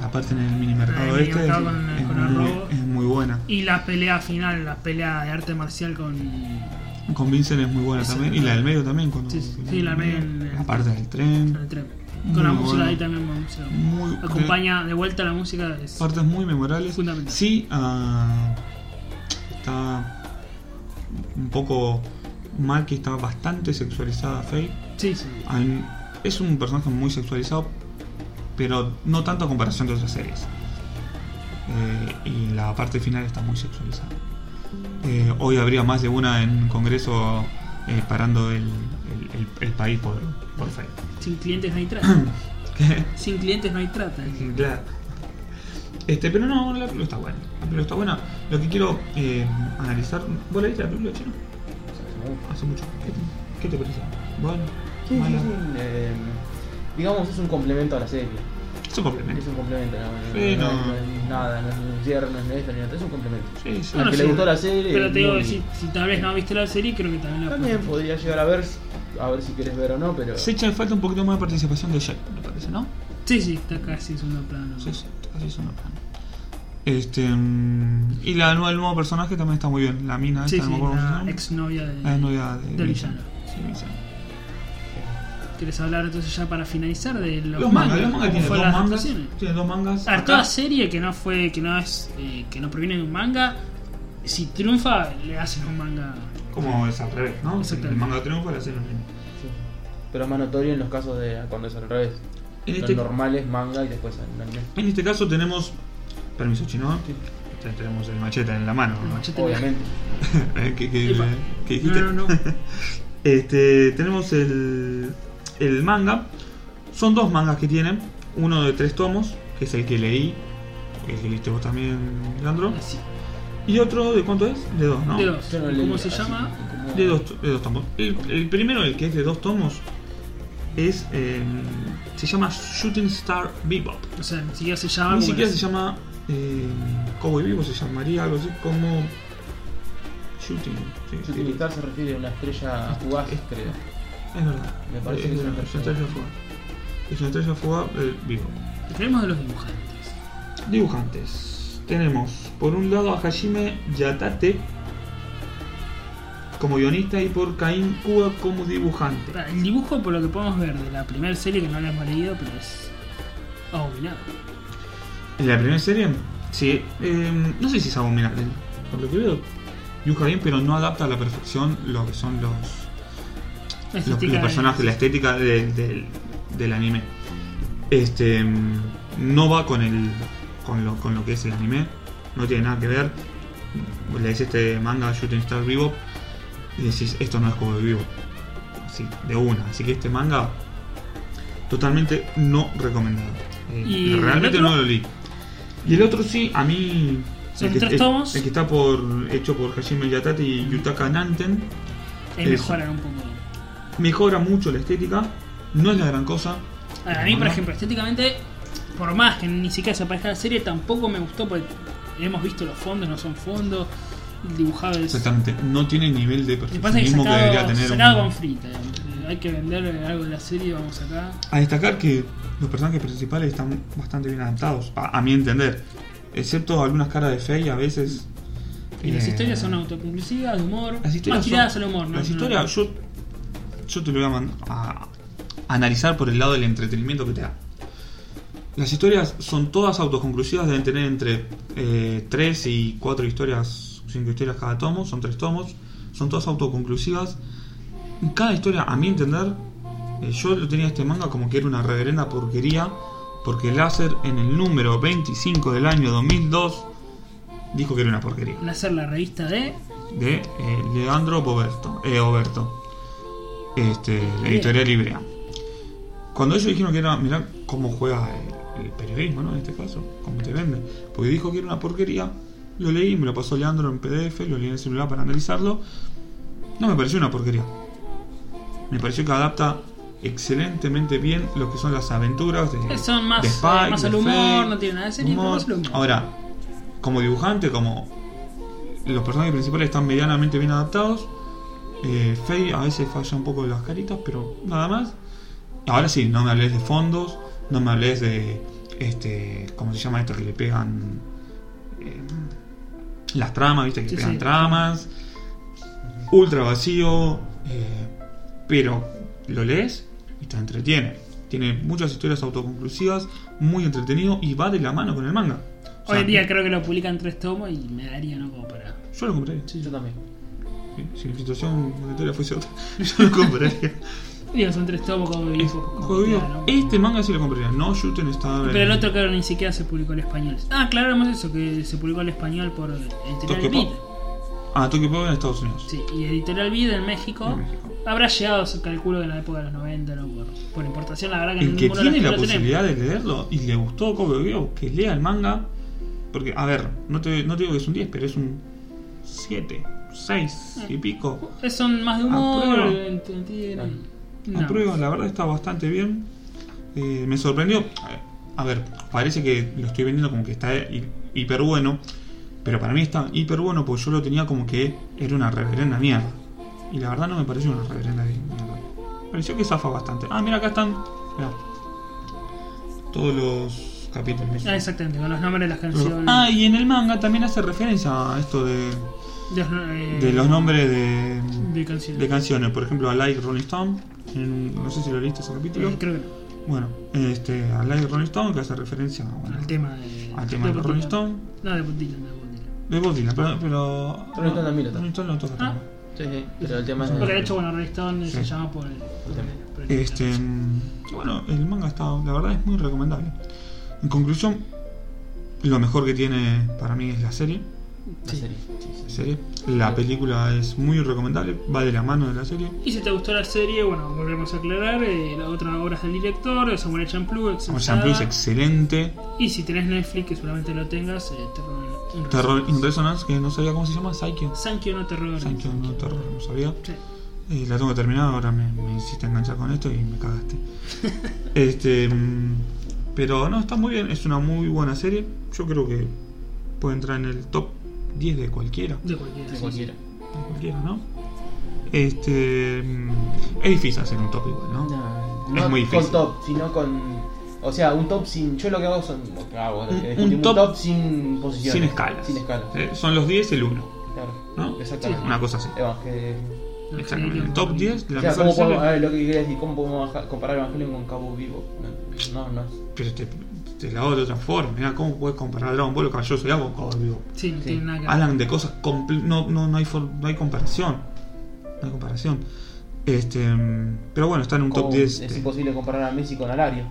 S1: la parte en el mini mercado
S2: Ah, el
S1: este es,
S2: minimercado con-
S1: es
S2: con el
S1: muy,
S2: robo.
S1: es muy buena.
S2: Y la pelea final, la pelea de arte marcial con.
S1: Con Vincent es muy buena también, y la del medio también. Cuando,
S2: Sí, sí, sí, la medio en-
S1: La parte del tren.
S2: con el tren.
S1: Muy
S2: Con la
S1: bueno.
S2: música ahí también, me gusta.
S1: muy Ah.
S2: Acompaña de vuelta la música. Es,
S1: de- partes muy memorables
S2: Fundamental.
S1: sí ah, está un poco mal que está bastante sexualizada Faye
S2: sí, sí.
S1: Al- es un personaje muy sexualizado pero no tanto a comparación de otras series Eh, y la parte final está muy sexualizada Eh, hoy habría más de una en congreso eh, parando el, el- el- el país por, Perfecto.
S2: Sin clientes no hay trata.
S1: Que-
S2: Sin clientes no hay trata.
S1: Claro. Este, pero no, la película está buena. La película está buena. Lo que quiero eh, analizar. ¿Vos la viste la película chino?
S3: O sea, hace
S1: Hace mucho.
S3: mucho.
S1: ¿Qué te, qué te pareció? Bueno,
S3: Sí, sí,
S1: mala.
S3: es un, eh, digamos, es un complemento a la serie.
S1: Es un
S3: Es
S1: complemento.
S3: un complemento, no, no,
S1: Sí,
S3: no,
S1: no.
S3: no es nada, no es un cierre, no es esto, ni nada, es un complemento.
S1: Sí, sí.
S3: Al
S2: Bueno,
S3: que le
S2: sí.
S3: gustó la serie.
S2: Pero te digo,
S3: muy-
S2: si, si tal vez no viste la serie, creo que también la
S3: También podría llegar a ver, a ver si querés ver o no, pero.
S1: Se echa en falta un poquito más de participación de Jack, me parece, ¿no?
S2: Sí, sí, está casi en segundo plano.
S1: Sí, sí, así es una plana. Este. mm, Y la nueva, el nuevo personaje también está muy bien. La mina,
S2: Sí,
S1: esta, no
S2: sí,
S1: me acuerdo cómo
S2: la
S1: se llama.
S2: exnovia de.
S1: La novia de,
S2: del
S1: Villano.
S2: villano.
S1: Sí, Villano.
S2: ¿Quieres hablar entonces ya para finalizar de los,
S1: Los mangas, los
S2: ¿Cómo
S1: mangas tienen
S2: fue Ah,
S1: dos
S2: las
S1: mangas.
S2: adaptaciones?
S1: Tiene dos mangas.
S2: A
S1: acá.
S2: toda serie que no fue, que no es, eh, que no proviene de un manga, si triunfa le hacen un manga.
S1: Como es al revés, ¿no? El
S2: Exactamente.
S1: manga triunfa la hacen un anime.
S3: Sí. Pero es más notorio en los casos de cuando es al revés.
S1: En
S3: Lo
S1: este-
S3: normal es manga y después al anime.
S1: En este caso tenemos. Permiso, chino.
S3: Sí.
S1: Te- Tenemos el machete en la mano.
S2: El machete.
S3: Obviamente.
S1: Eh, que, que-
S2: Epa.
S1: que dijiste.
S2: No, no, no.
S1: Este, tenemos el, el manga. Son dos mangas que tienen. Uno de tres tomos, que es el que leí. El que leíste vos también, Leandro.
S2: Así,
S1: Y otro, ¿de cuánto es? De dos, ¿no?
S2: de dos.
S3: Yo no leí
S2: ¿Cómo se
S3: así,
S2: llama?
S3: como-
S1: De dos, de dos tomos. El, el primero, el que es de dos tomos, es eh, se llama Shooting Star Bebop.
S2: O sea, ni siquiera se
S1: Ni
S2: llama. porque
S1: siquiera
S2: no
S1: se
S2: sé.
S1: llama eh, Cowboy Vivo, se llamaría algo así como Shooting. sí,
S3: Yo
S1: sí.
S3: utilizar se refiere a una estrella fugaz,
S1: Es-
S3: creo.
S1: Es verdad.
S3: Me parece que
S1: es,
S3: es una
S1: una
S3: persona.
S1: estrella fugaz. Es una estrella fugaz eh, vivo.
S2: Tenemos de los dibujantes.
S1: Dibujantes. Tenemos por un lado a Hajime Yatate como guionista y por Caín Cuba como dibujante.
S2: Pará, El dibujo, por lo que podemos ver de la primera serie que no la hemos leído, pero es abominable.
S1: ¿En la primera serie? Sí. eh, no sé si es abominable. Por lo que veo, dibuja bien, pero no adapta a la perfección lo que son los,
S2: La
S1: los,
S2: estética
S1: los
S2: de-
S1: personajes, la estética de- del- del anime. Este mm, no va con el con lo, con lo que es el anime, no tiene nada que ver. Lees este manga Shooting Star Vivo y decís esto no es como vivo. Así, de una. Así que este manga totalmente no recomendado. Eh,
S2: ¿Y el
S1: realmente
S2: otro?
S1: no lo leí. Y el otro sí, a mí.
S2: Son
S1: el que,
S2: tres
S1: el-
S2: tomos.
S1: el que está por, hecho por Hajime Yatate y Yutaka Nanten
S2: Es
S1: Eso.
S2: mejorar un poco.
S1: mejora mucho la estética, no es la gran cosa.
S2: Ahora, a mí, por ejemplo, estéticamente, por más que ni siquiera se aparezca la serie, tampoco me gustó porque hemos visto los fondos, no son fondos, el dibujado es...
S1: Exactamente, no tiene el nivel de
S2: Me pasa que
S1: perfeccionismo que, debería
S2: sacado,
S1: tener.
S2: sacado
S1: un-
S2: con frita. digamos. Eh, Hay que vender algo de la serie, vamos acá.
S1: A destacar que los personajes principales están bastante bien adaptados, a, a mi entender. Excepto algunas caras de fe y a veces.
S2: Y las
S1: eh,
S2: historias son autoconclusivas, de humor,
S1: Las historias
S2: más
S1: son-
S2: tiradas al humor. ¿no?
S1: Las
S2: No-
S1: historias, yo, yo te lo voy a, man- a- a analizar por el lado del entretenimiento que te da. Las historias son todas autoconclusivas, deben tener entre 3 y 4 historias, 5 historias cada tomo, son 3 tomos, son todas autoconclusivas. Y Cada historia, a mi entender, eh, yo lo tenía este manga como que era una reverenda porquería, porque Láser en el número 25 del año 2002 dijo que era una porquería
S2: Nacer la revista de...
S1: de eh, Leandro Boberto, eh, Oberto, este, la editorial Librea. Cuando ellos dijeron que era, mirá cómo juega el, el periodismo, ¿no? En este caso, cómo te vende. Porque dijo que era una porquería, lo leí, me lo pasó Leandro en PDF, lo leí en el celular para analizarlo. No me pareció una porquería. Me pareció que adapta excelentemente bien lo que son las aventuras de,
S2: Eh, Son más,
S1: de Spike,
S2: eh, más
S1: de
S2: al humor,
S1: Faye,
S2: no tiene nada de serie,
S1: humor.
S2: pero más al humor.
S1: Ahora, como dibujante, como los personajes principales están medianamente bien adaptados. Eh, Faye a veces falla un poco las caritas, pero nada más. Ahora sí, no me hables de fondos, no me hables de este, ¿cómo se llama esto que le pegan eh, las tramas, viste que
S2: Sí,
S1: le pegan
S2: sí.
S1: tramas? Ultra vacío, eh, pero lo lees y te entretiene. Tiene muchas historias autoconclusivas, muy entretenido y va de la mano con el manga. O sea,
S2: Hoy en día creo que lo publican tres tomos y me daría no como para...
S1: Yo lo compré.
S3: Sí, yo también.
S1: Si la situación monetaria fuese otra, yo lo compraría.
S2: Digo, son tres tomos como
S1: Es-
S2: dibujo. como
S1: juego de video.
S2: claro.
S1: Este manga sí lo compraría, no Shooting Star.
S2: Pero el otro claro ni siquiera se publicó en español. Ah, aclaramos eso, que se publicó en español por el
S1: Toque
S2: editorial
S1: Pop.
S2: Beat.
S1: Ah, Tokyo Pop en Estados Unidos.
S2: Sí, y Editorial Vida en México.
S1: En México.
S2: Habrá llegado, se calculo, en la época de los 90, ¿no? Por, por importación, la verdad que
S1: El que
S2: ninguno de los
S1: tiene la
S2: lo tenemos.
S1: posibilidad de leerlo y le gustó Cowboy Bebop, que lea el manga. Porque, a ver, no te, no te digo que es un 10, pero es un 7, 6 y pico.
S2: Eh, Son más de humor,
S1: Aprueba.
S2: entendieron. No.
S1: Apruebo, la verdad está bastante bien. Eh, me sorprendió. A ver, parece que lo estoy vendiendo como que está hi- hiper bueno. Pero para mí está hiper bueno porque yo lo tenía como que era una reverenda mierda. Y la verdad no me pareció una reverenda mierda. Pareció que zafa bastante. Ah, mira, acá están. mirá. Todos los capítulos.
S2: Ah, exactamente, con los nombres de las canciones.
S1: Ah, y en el manga también hace referencia a esto de,
S2: de, los no- eh,
S1: de los nombres de,
S2: de canciones.
S1: de canciones. Por ejemplo, a Like Rolling Stone. en un- no sé si lo leíste ese capítulo.
S2: Eh, Creo que no,
S1: Bueno, este, a Like Rolling Stone que hace referencia bueno,
S2: al tema de.
S1: Ah. al tema de
S2: Bob
S1: Rolling Ah,
S2: Dylan.
S1: Stone.
S2: No, de Bob Dylan, de Bob Dylan.
S1: De Bob Dylan, pero. pero
S3: Rolling Stone también lo toca.
S1: Rolling Stone lo toca
S2: Ah.
S1: también.
S3: Sí, sí, pero el tema es.
S2: Porque de hecho, bueno, Rolling Stone se
S1: Sí.
S2: llama por el. por el- por el-
S1: Este, mm, bueno, el manga está, la verdad es muy recomendable. En conclusión, lo mejor que tiene para mí es la serie.
S3: La
S2: Sí.
S3: serie. Sí, sí.
S1: La, serie. la película es muy recomendable, va de la mano de la serie.
S2: Y si te gustó la serie, bueno, volvemos a aclarar. eh, la otra obra es del director, Samuel Champloo.
S1: Como Jean-Paul es excelente.
S2: Y si tenés Netflix, que seguramente lo tengas, eh, Terror in
S1: Terror in Resonance, que no sabía cómo se llama, Psyche.
S2: Sankyo no Terror.
S1: Psyche, no, terror, no sabía.
S2: Sí.
S1: Eh, la tengo que terminar, ahora me, me hiciste enganchar con esto y me cagaste. este, mm, pero no, está muy bien, es una muy buena serie. Yo creo que puede entrar en el top 10 de cualquiera.
S2: De cualquiera.
S3: De
S2: sí,
S3: cualquiera.
S1: De cualquiera, ¿no? Este, mm, es difícil hacer un top igual, ¿no?
S3: No,
S1: Es
S3: no
S1: muy difícil.
S3: con top, sino con. O sea, un top sin. Yo lo que hago son. lo que hago,
S1: Un-
S3: eh,
S1: un
S3: un
S1: top-
S3: top, sin posiciones.
S1: Sin escalas.
S3: Sin escalas.
S1: Eh, son los 10 y el 1,
S3: Claro.
S1: ¿no?
S3: Exactamente.
S1: Una cosa así.
S3: Evangel-
S2: sí.
S1: Exactamente. El top 10 de la
S3: O sea,
S1: mejor
S3: ¿cómo podemos,
S1: serie.
S3: a ver, lo que quería decir, ¿cómo podemos bajar- comparar Evangelion con Cabo Vivo? No, no. no.
S1: Pero te, te la hago de otra forma. Mirá, ¿cómo puedes comparar Dragon Ball o Caballoso de Agua con Cowboy Bebop?
S2: Sí, no
S3: Sí.
S2: tiene nada que ver.
S1: hablan de cosas comple- no, no, no hay for- no hay comparación. No hay comparación. Este, mm, pero bueno, está en un top
S3: Como
S1: 10.
S3: Oh, Es
S1: eh,
S3: imposible comparar a Messi con Alario.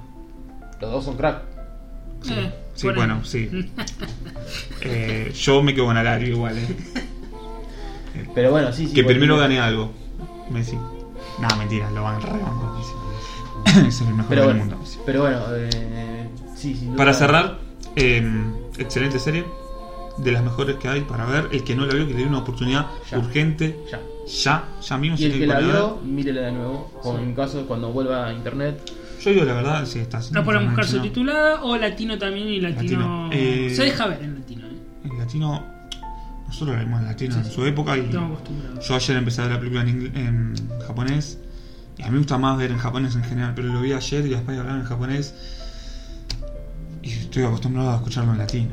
S3: Los dos son crack.
S1: sí,
S2: Eh,
S1: sí,
S2: por ahí.
S1: bueno, sí. Eh, yo me quedo con Alario igual, eh.
S3: Pero bueno, sí, sí.
S1: que primero
S3: gané
S1: gané algo. Messi. Nada, mentira, lo van rebanco Messi. es el mejor
S3: Pero
S1: del
S3: bueno,
S1: mundo. Messi.
S3: pero bueno eh, sí, sin duda.
S1: Para cerrar, eh, excelente serie. De las mejores que hay para ver. El que no la vio, que le dé una oportunidad
S3: Ya.
S1: urgente.
S3: Ya.
S1: Ya, ya mismo
S3: Y
S1: se
S3: el que
S1: tiene
S3: la
S1: poner a ver.
S3: vio, mírela de nuevo. Como en mi caso, cuando vuelva a internet.
S1: Yo digo la verdad, si estás.
S2: La pueden buscar
S1: su título
S2: subtitulada o latino también y latino.
S1: Latino. Eh,
S2: Se deja ver en latino, eh.
S1: El latino. Nosotros lo vimos en latino
S2: Sí,
S1: en
S2: sí.
S1: su época y.
S2: Estamos acostumbrados.
S1: Yo ayer empecé a ver la película en, ingl- en japonés. Y a mí me gusta más ver en japonés en general, pero lo vi ayer y después de hablar en japonés. Y estoy acostumbrado a escucharlo en latino.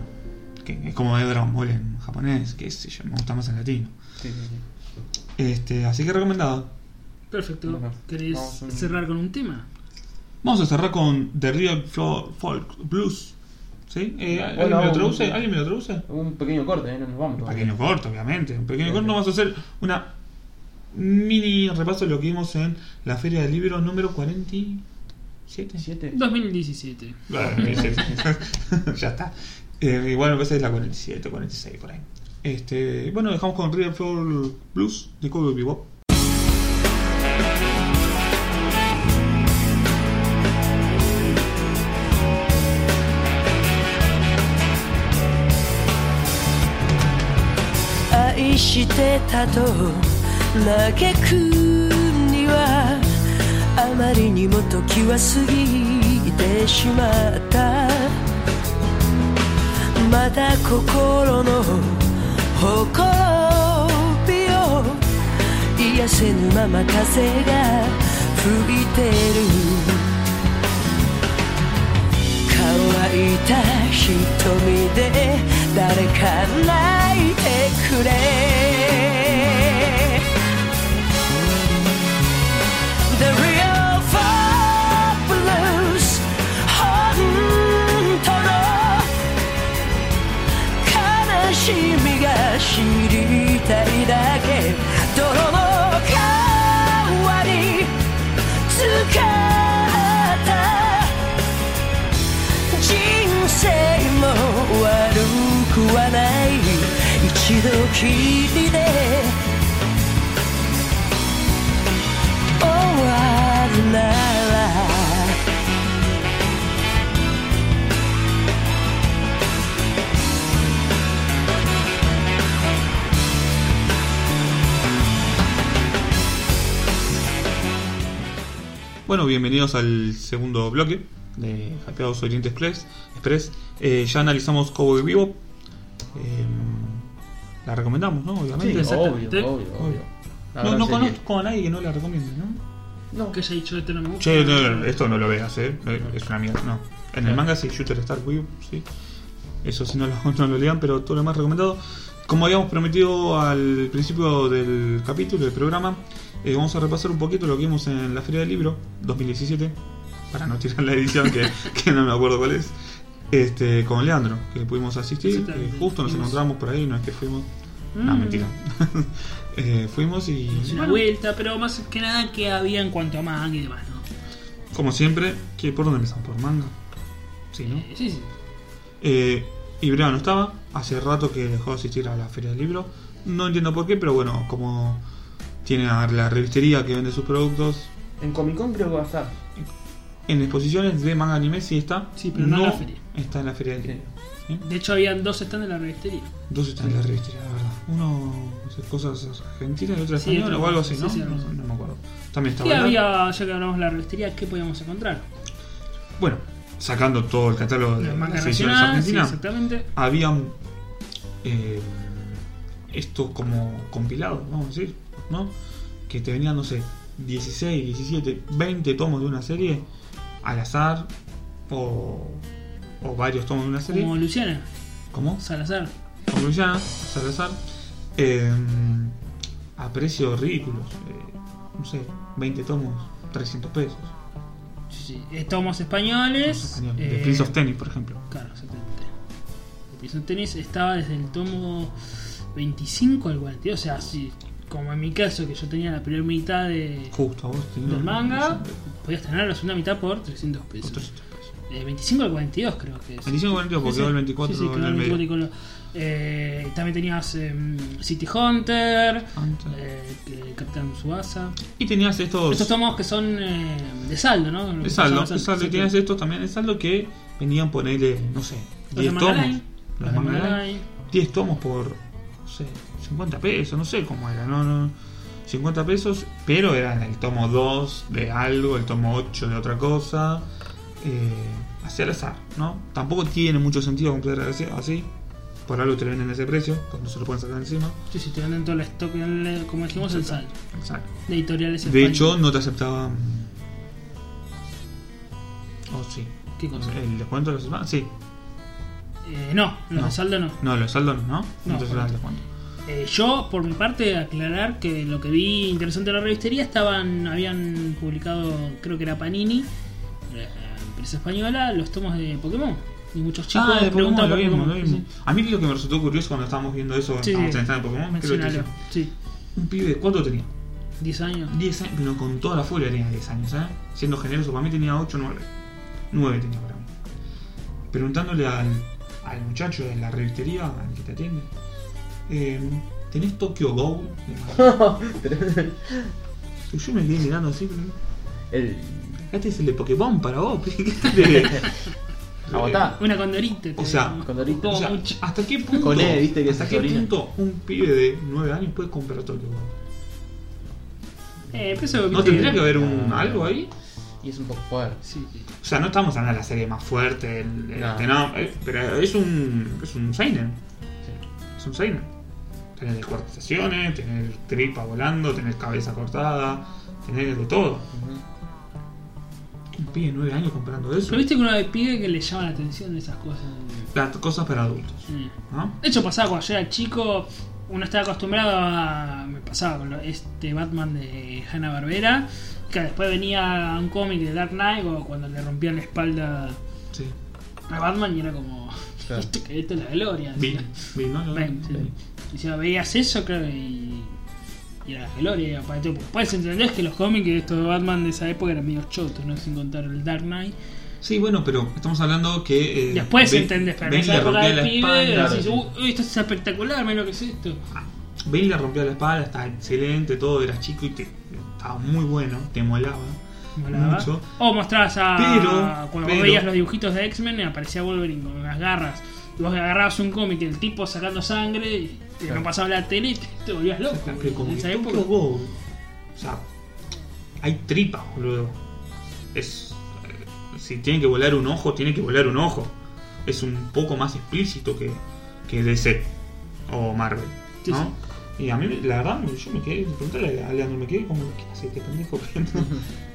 S1: Que es como ver Dragon Ball en japonés, qué sé yo, me gusta más en latino.
S3: Sí, sí, sí.
S1: Este, así que recomendado.
S2: Perfecto.
S3: Bueno,
S2: ¿Querés
S3: vamos a-
S2: cerrar con un tema?
S1: Vamos a cerrar con The Real Flo- Folk Blues. ¿Sí? Eh,
S3: Bueno,
S1: ¿alguien, me lo
S3: vamos.
S1: traduce? ¿Alguien me lo traduce?
S3: Un pequeño corte, ¿eh? No nos vamos.
S1: Un
S3: todavía.
S1: pequeño corto, obviamente. Un pequeño
S3: Bien,
S1: corto.
S3: bien.
S1: Vamos a hacer una mini repaso de lo que vimos en la Feria del Libro número 47.
S3: Siete.
S2: 2017.
S1: Bueno, 47. ya está. Eh, igual me parece que es la 47, 46 por ahí. Este, bueno, dejamos con River Floor Blues de Cowboy Bebop.
S4: 愛してたと嘆くにはあまりにも時は過ぎてしまったまだ心のほころびを癒せぬまま風が吹いてる乾いた瞳で誰か泣いてくれ「The Real Far Blues」本当の悲しみが知りたいだけ泥の代わり使った人生も悪くはない一度きりで終わるなら
S1: Bueno, bienvenidos al segundo bloque de Hateados Oriente Express. Express. Eh, ya analizamos Cowboy Vivo. la recomendamos, ¿no? Obviamente.
S2: Sí,
S3: obvio,
S2: exactamente.
S3: obvio, obvio. La
S1: no
S3: gran
S1: no
S3: serie.
S1: conozco a nadie que no la recomiende, ¿no?
S2: No, que haya dicho este no me gusta.
S1: Che, no, no, esto no lo veas, ¿eh? No, Es una mierda, no. En el manga sí, Shooter Star Wii, sí. Eso sí no lo, no lo lean, pero todo lo más recomendado. Como habíamos prometido al principio del capítulo, del programa, eh, vamos a repasar un poquito lo que vimos en la Feria del Libro 2017, para no tirar la edición que, que no me acuerdo cuál es, este, con Leandro, que pudimos asistir,
S2: Exactamente.
S1: eh, justo nos
S2: Fuimos.
S1: encontramos por ahí, no es que fuimos... No,
S2: Mm.
S1: mentira. Eh, fuimos y...
S2: Es una
S1: bueno,
S2: vuelta, pero más que nada que había en cuanto a manga y demás, ¿no?
S1: como siempre, ¿qué- ¿por dónde empezamos? ¿Por manga? Sí, ¿no?
S2: Eh, sí, sí.
S1: Eh, Ibrea no estaba, hace rato que dejó de asistir a la Feria del Libro. No entiendo por qué, pero bueno, como tiene a la revistería que vende sus productos
S3: En Comic Con creo que va a estar.
S1: en exposiciones de manga anime, sí está.
S2: Sí, pero no en la feria.
S1: Está en la Feria del Libro. ¿sí?
S2: De hecho, habían dos stands de la revistería.
S1: Dos están en la revistería, la verdad. Uno hace cosas argentinas y otro
S2: Sí,
S1: español
S2: otro-
S1: o algo así,
S2: sí,
S1: ¿no?
S2: sí, algo
S1: no,
S2: así.
S1: no me acuerdo. También
S2: Y
S1: estaba. la-
S2: había, ya que hablamos de la revistería, ¿qué podíamos encontrar?
S1: Bueno, sacando todo el catálogo de
S2: Los mangas
S1: las ediciones
S2: nacionales, sí,
S1: argentinas.
S2: exactamente.
S1: habían eh, esto como compilado, vamos a decir, ¿no? Que te venían, no sé, 16, 17, 20 tomos de una serie al azar o, o varios tomos de una serie.
S2: Como Luciana,
S1: ¿Cómo?
S2: Salazar.
S1: Como Luciana, Salazar. eh, a precios ridículos. eh, no sé, 20 tomos, 300 pesos.
S2: Sí, sí. Eh, Tomos españoles.
S1: Español, de
S2: eh,
S1: Prince of Tennis, por ejemplo.
S2: Claro, exactamente. El Prison Tennis estaba desde el tomo 25 al 42, o sea, si, como en mi caso, que yo tenía la primera mitad de,
S1: Justo, vos tenías
S2: del
S1: una
S2: manga,
S1: edición de-
S2: podías tener la segunda mitad por 300 pesos.
S1: por 300 pesos.
S2: Eh, 25 al 42 creo que es.
S1: 25 al 42, porque
S2: Sí,
S1: quedó
S2: sí.
S1: el 24
S2: Sí, sí,
S1: en
S2: quedó
S1: el medio.
S2: 24 y con lo- eh, también tenías em, City Hunter,
S1: Antes.
S2: eh, que- Capitán Subasa.
S1: Y tenías estos.
S2: Estos tomos que son eh, de saldo, ¿no?
S1: de saldo, de
S2: Sí,
S1: saldo. Y
S2: sí.
S1: tenías estos también de saldo que venían ponerle, no sé,
S2: Los de
S1: 10
S2: Mangalai,
S1: tomos.
S2: los
S1: Los
S2: de
S1: Mangalai,
S2: Mangalai.
S1: 10 tomos por, no sé, 50 pesos, no sé cómo era, no, no. 50 pesos, pero eran el tomo 2 de algo, el tomo 8 de otra cosa. Eh, así al azar, ¿no? Tampoco tiene mucho sentido comprar así, así. Por algo te lo venden a ese precio, pues no se lo pueden sacar encima.
S2: Sí, sí, te venden todo el stock, el- como dijimos, el saldo.
S1: Exacto.
S2: De editoriales
S1: De
S2: españolas.
S1: hecho, no te aceptaban. Oh, sí.
S2: ¿Qué cosa?
S1: ¿El descuento de los hermanos? Sí.
S2: Eh, no, los
S1: No.
S2: de saldo no.
S1: No, los saldos no, ¿no? Entonces
S2: correcto.
S1: eran el descuento.
S2: Eh, yo, por mi parte, aclarar que lo que vi interesante de la revistería estaban, habían publicado, creo que era Panini, eh, empresa española, los tomos de Pokémon. Y muchos chicos
S1: ah, de Pokémon,
S2: preguntaban
S1: lo
S2: por
S1: mismo, lo
S2: Pokémon,
S1: mismo. A mí lo que me resultó curioso cuando estábamos viendo eso,
S2: Sí,
S1: estábamos
S2: sí.
S1: en la de Pokémon, creo que te
S2: Mencionalo.
S1: dije,
S2: Sí,
S1: un pibe, ¿cuánto tenía?
S2: 10 años.
S1: 10 años, pero con toda la furia tenía 10 años, ¿eh? Siendo generoso, para mí tenía 8 o 9. 9 tenía para mí. Preguntándole al, al muchacho de la revistería, al que te atiende, eh, ¿tenés Tokyo Go? Y Yo me quedé mirando así, pero...
S3: el.
S1: Este es el de Pokémon para vos. ¿qué te-
S3: Agotá.
S2: Una condorita.
S1: O
S2: te-
S1: sea,
S3: Condorito.
S1: O sea,
S2: mucho.
S1: ¿hasta qué punto,
S3: Con él, viste que
S1: hasta
S3: esa
S1: qué
S3: sobrina.
S1: punto un pibe de 9 años puede comprar Tokyo Ghoul?
S2: Eh, pero eso,
S1: ¿No
S2: viste,
S1: tendría que haber un
S3: Ah.
S1: algo ahí?
S3: Y es un poco fuerte.
S2: Sí, sí.
S1: O sea, no estamos hablando de la serie más fuerte, el- el-
S3: No.
S1: este, no, eh, pero es un es un seinen,
S3: Sí.
S1: es un seinen. Tenés descuartizaciones, tenés tripa volando, tenés cabeza cortada, tenés de todo.
S3: Ujú.
S1: Un pibe de 9 años comprando eso.
S2: Pero viste que uno de pibe que le llama la atención esas cosas.
S1: Las cosas para adultos,
S2: Mm.
S1: ¿no?
S2: De hecho, pasaba cuando yo era chico, uno estaba acostumbrado a. Me pasaba con lo- este Batman de Hanna Barbera, que después venía un cómic de Dark Knight o cuando le rompían la espalda
S1: Sí.
S2: a Batman y era como.
S3: Claro.
S2: Esto, que- esto es la gloria.
S1: Vi,
S2: decía.
S1: vi, ¿no? Lo-
S2: Ven, sí.
S1: sí.
S2: Y si veías eso, creo y. Y era la gloria, y aparte, pues, después entendés que los cómics de estos Batman de esa época eran medio chotos, ¿no? Sin contar el Dark Knight.
S1: Sí, bueno, pero estamos hablando que. eh,
S2: Después
S1: Bane-
S2: entendés, pero en
S1: Bane
S2: esa
S1: le
S2: época
S1: rompía
S2: del
S1: la
S2: pibe,
S1: espalda.
S2: decís, "Uh".
S3: sí.
S2: "Uy, esto es espectacular, mira lo que es esto.
S1: Bane le rompía la espalda, estaba excelente, todo, eras chico y te, estaba muy bueno, te molaba.
S2: Molaba.
S1: Mucho.
S2: O mostrabas a.
S1: Pero,
S2: cuando
S1: pero-
S2: veías los dibujitos de X-Men, aparecía Wolverine con unas garras. Y vos agarrabas un cómic, el tipo sacando sangre, y te
S3: Claro.
S2: no pasaba la tele y te, te volvías loco.
S1: Pero
S2: boludo.
S1: como
S2: en esa
S1: que
S2: época.
S1: Tokyo Ghoul, O sea, hay tripas, boludo. Es. eh, Si tiene que volar un ojo, tiene que volar un ojo. Es un poco más explícito que, que DC o Marvel.
S2: Sí,
S1: ¿no? Y a mí, la verdad, yo me quedé. Preguntale a Leandro, me quedé como. ¿Qué hace este pendejo?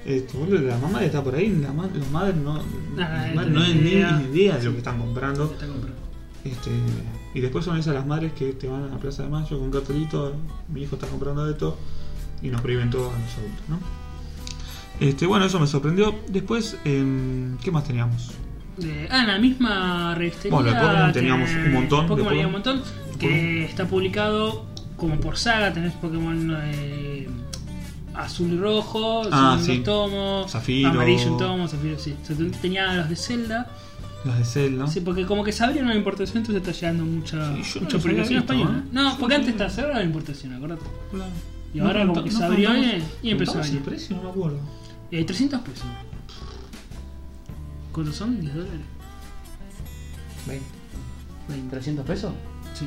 S1: Esto, boludo, la mamá está por ahí, la ma- los madres no,
S2: Nada,
S1: no,
S2: Ah, no
S1: no tienen
S2: tienen
S1: ni
S2: idea.
S1: idea. de lo que están comprando.
S2: Te compro.
S1: Este, y después son esas las madres que te van a la Plaza de Mayo con cartelito, mi hijo está comprando esto y nos prohíben todo a los adultos, ¿no? Este, bueno, eso me sorprendió. Después, em, ¿qué más teníamos?
S2: Eh, ah, en la misma revista.
S1: Bueno, de Pokémon teníamos un montón, de
S2: Pokémon había un
S1: Pokémon.
S2: montón. Que está publicado como por saga. Tenés Pokémon eh, azul y rojo,
S1: Ah,
S2: son
S1: sí.
S2: dos tomos,
S1: Zafiro.
S2: amarillo un tomo, zafiro sí. O sea, ten- tenía los de Zelda.
S1: Los de Zelda.
S2: Sí, porque como que se abrieron a la importación, entonces está llegando mucha,
S1: Sí, yo no
S2: mucha
S1: los había
S2: publicación
S1: visto,
S2: española.
S1: ¿eh?
S2: No, porque antes estaba cerrada la importación, acordate.
S1: Claro.
S2: Y ahora como
S1: preguntamos-
S2: que se abrió
S1: preguntamos-
S2: y- y empezó a
S1: preguntamos
S2: venir.
S1: el precio? No me acuerdo.
S2: Eh, 300 pesos. ¿Cuántos son? 10 dólares.
S1: 20,
S2: 20.
S3: ¿300 pesos?
S2: Sí,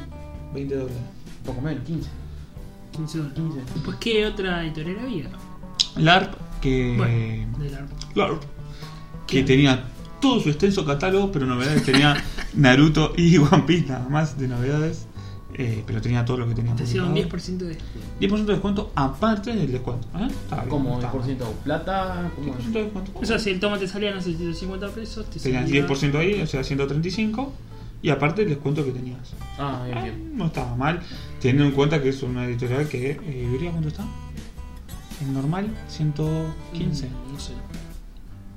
S1: 20 dólares.
S3: Poco menos, 15.
S2: 15 dólares.
S3: 15.
S2: Pues qué otra editorial había.
S1: LARP, que.
S2: Bueno, del arte.
S1: Claro. Que tenía todo su extenso catálogo, pero novedades tenía Naruto y One Piece nada más de novedades. Eh, pero tenía todo lo que tenía
S2: Te hacía un
S1: publicado.
S2: 10% de.
S1: 10% de descuento aparte del descuento. ¿eh? Está bien,
S3: ¿Cómo?
S1: está
S3: ¿10%
S1: bien.
S3: plata? ¿Cómo
S1: 10% de descuento.
S2: O sea, si el tomate salía, no sé, 150 pesos, te
S1: Tenías
S2: salía-
S1: 10% ahí, o sea, 135. Y aparte el descuento que tenías.
S3: Ah, bien,
S1: Ah,
S3: bien.
S1: no estaba mal, teniendo en cuenta que es una editorial que. Eh, ¿Viría cuánto está? El normal, 115.
S2: Mm, No sé.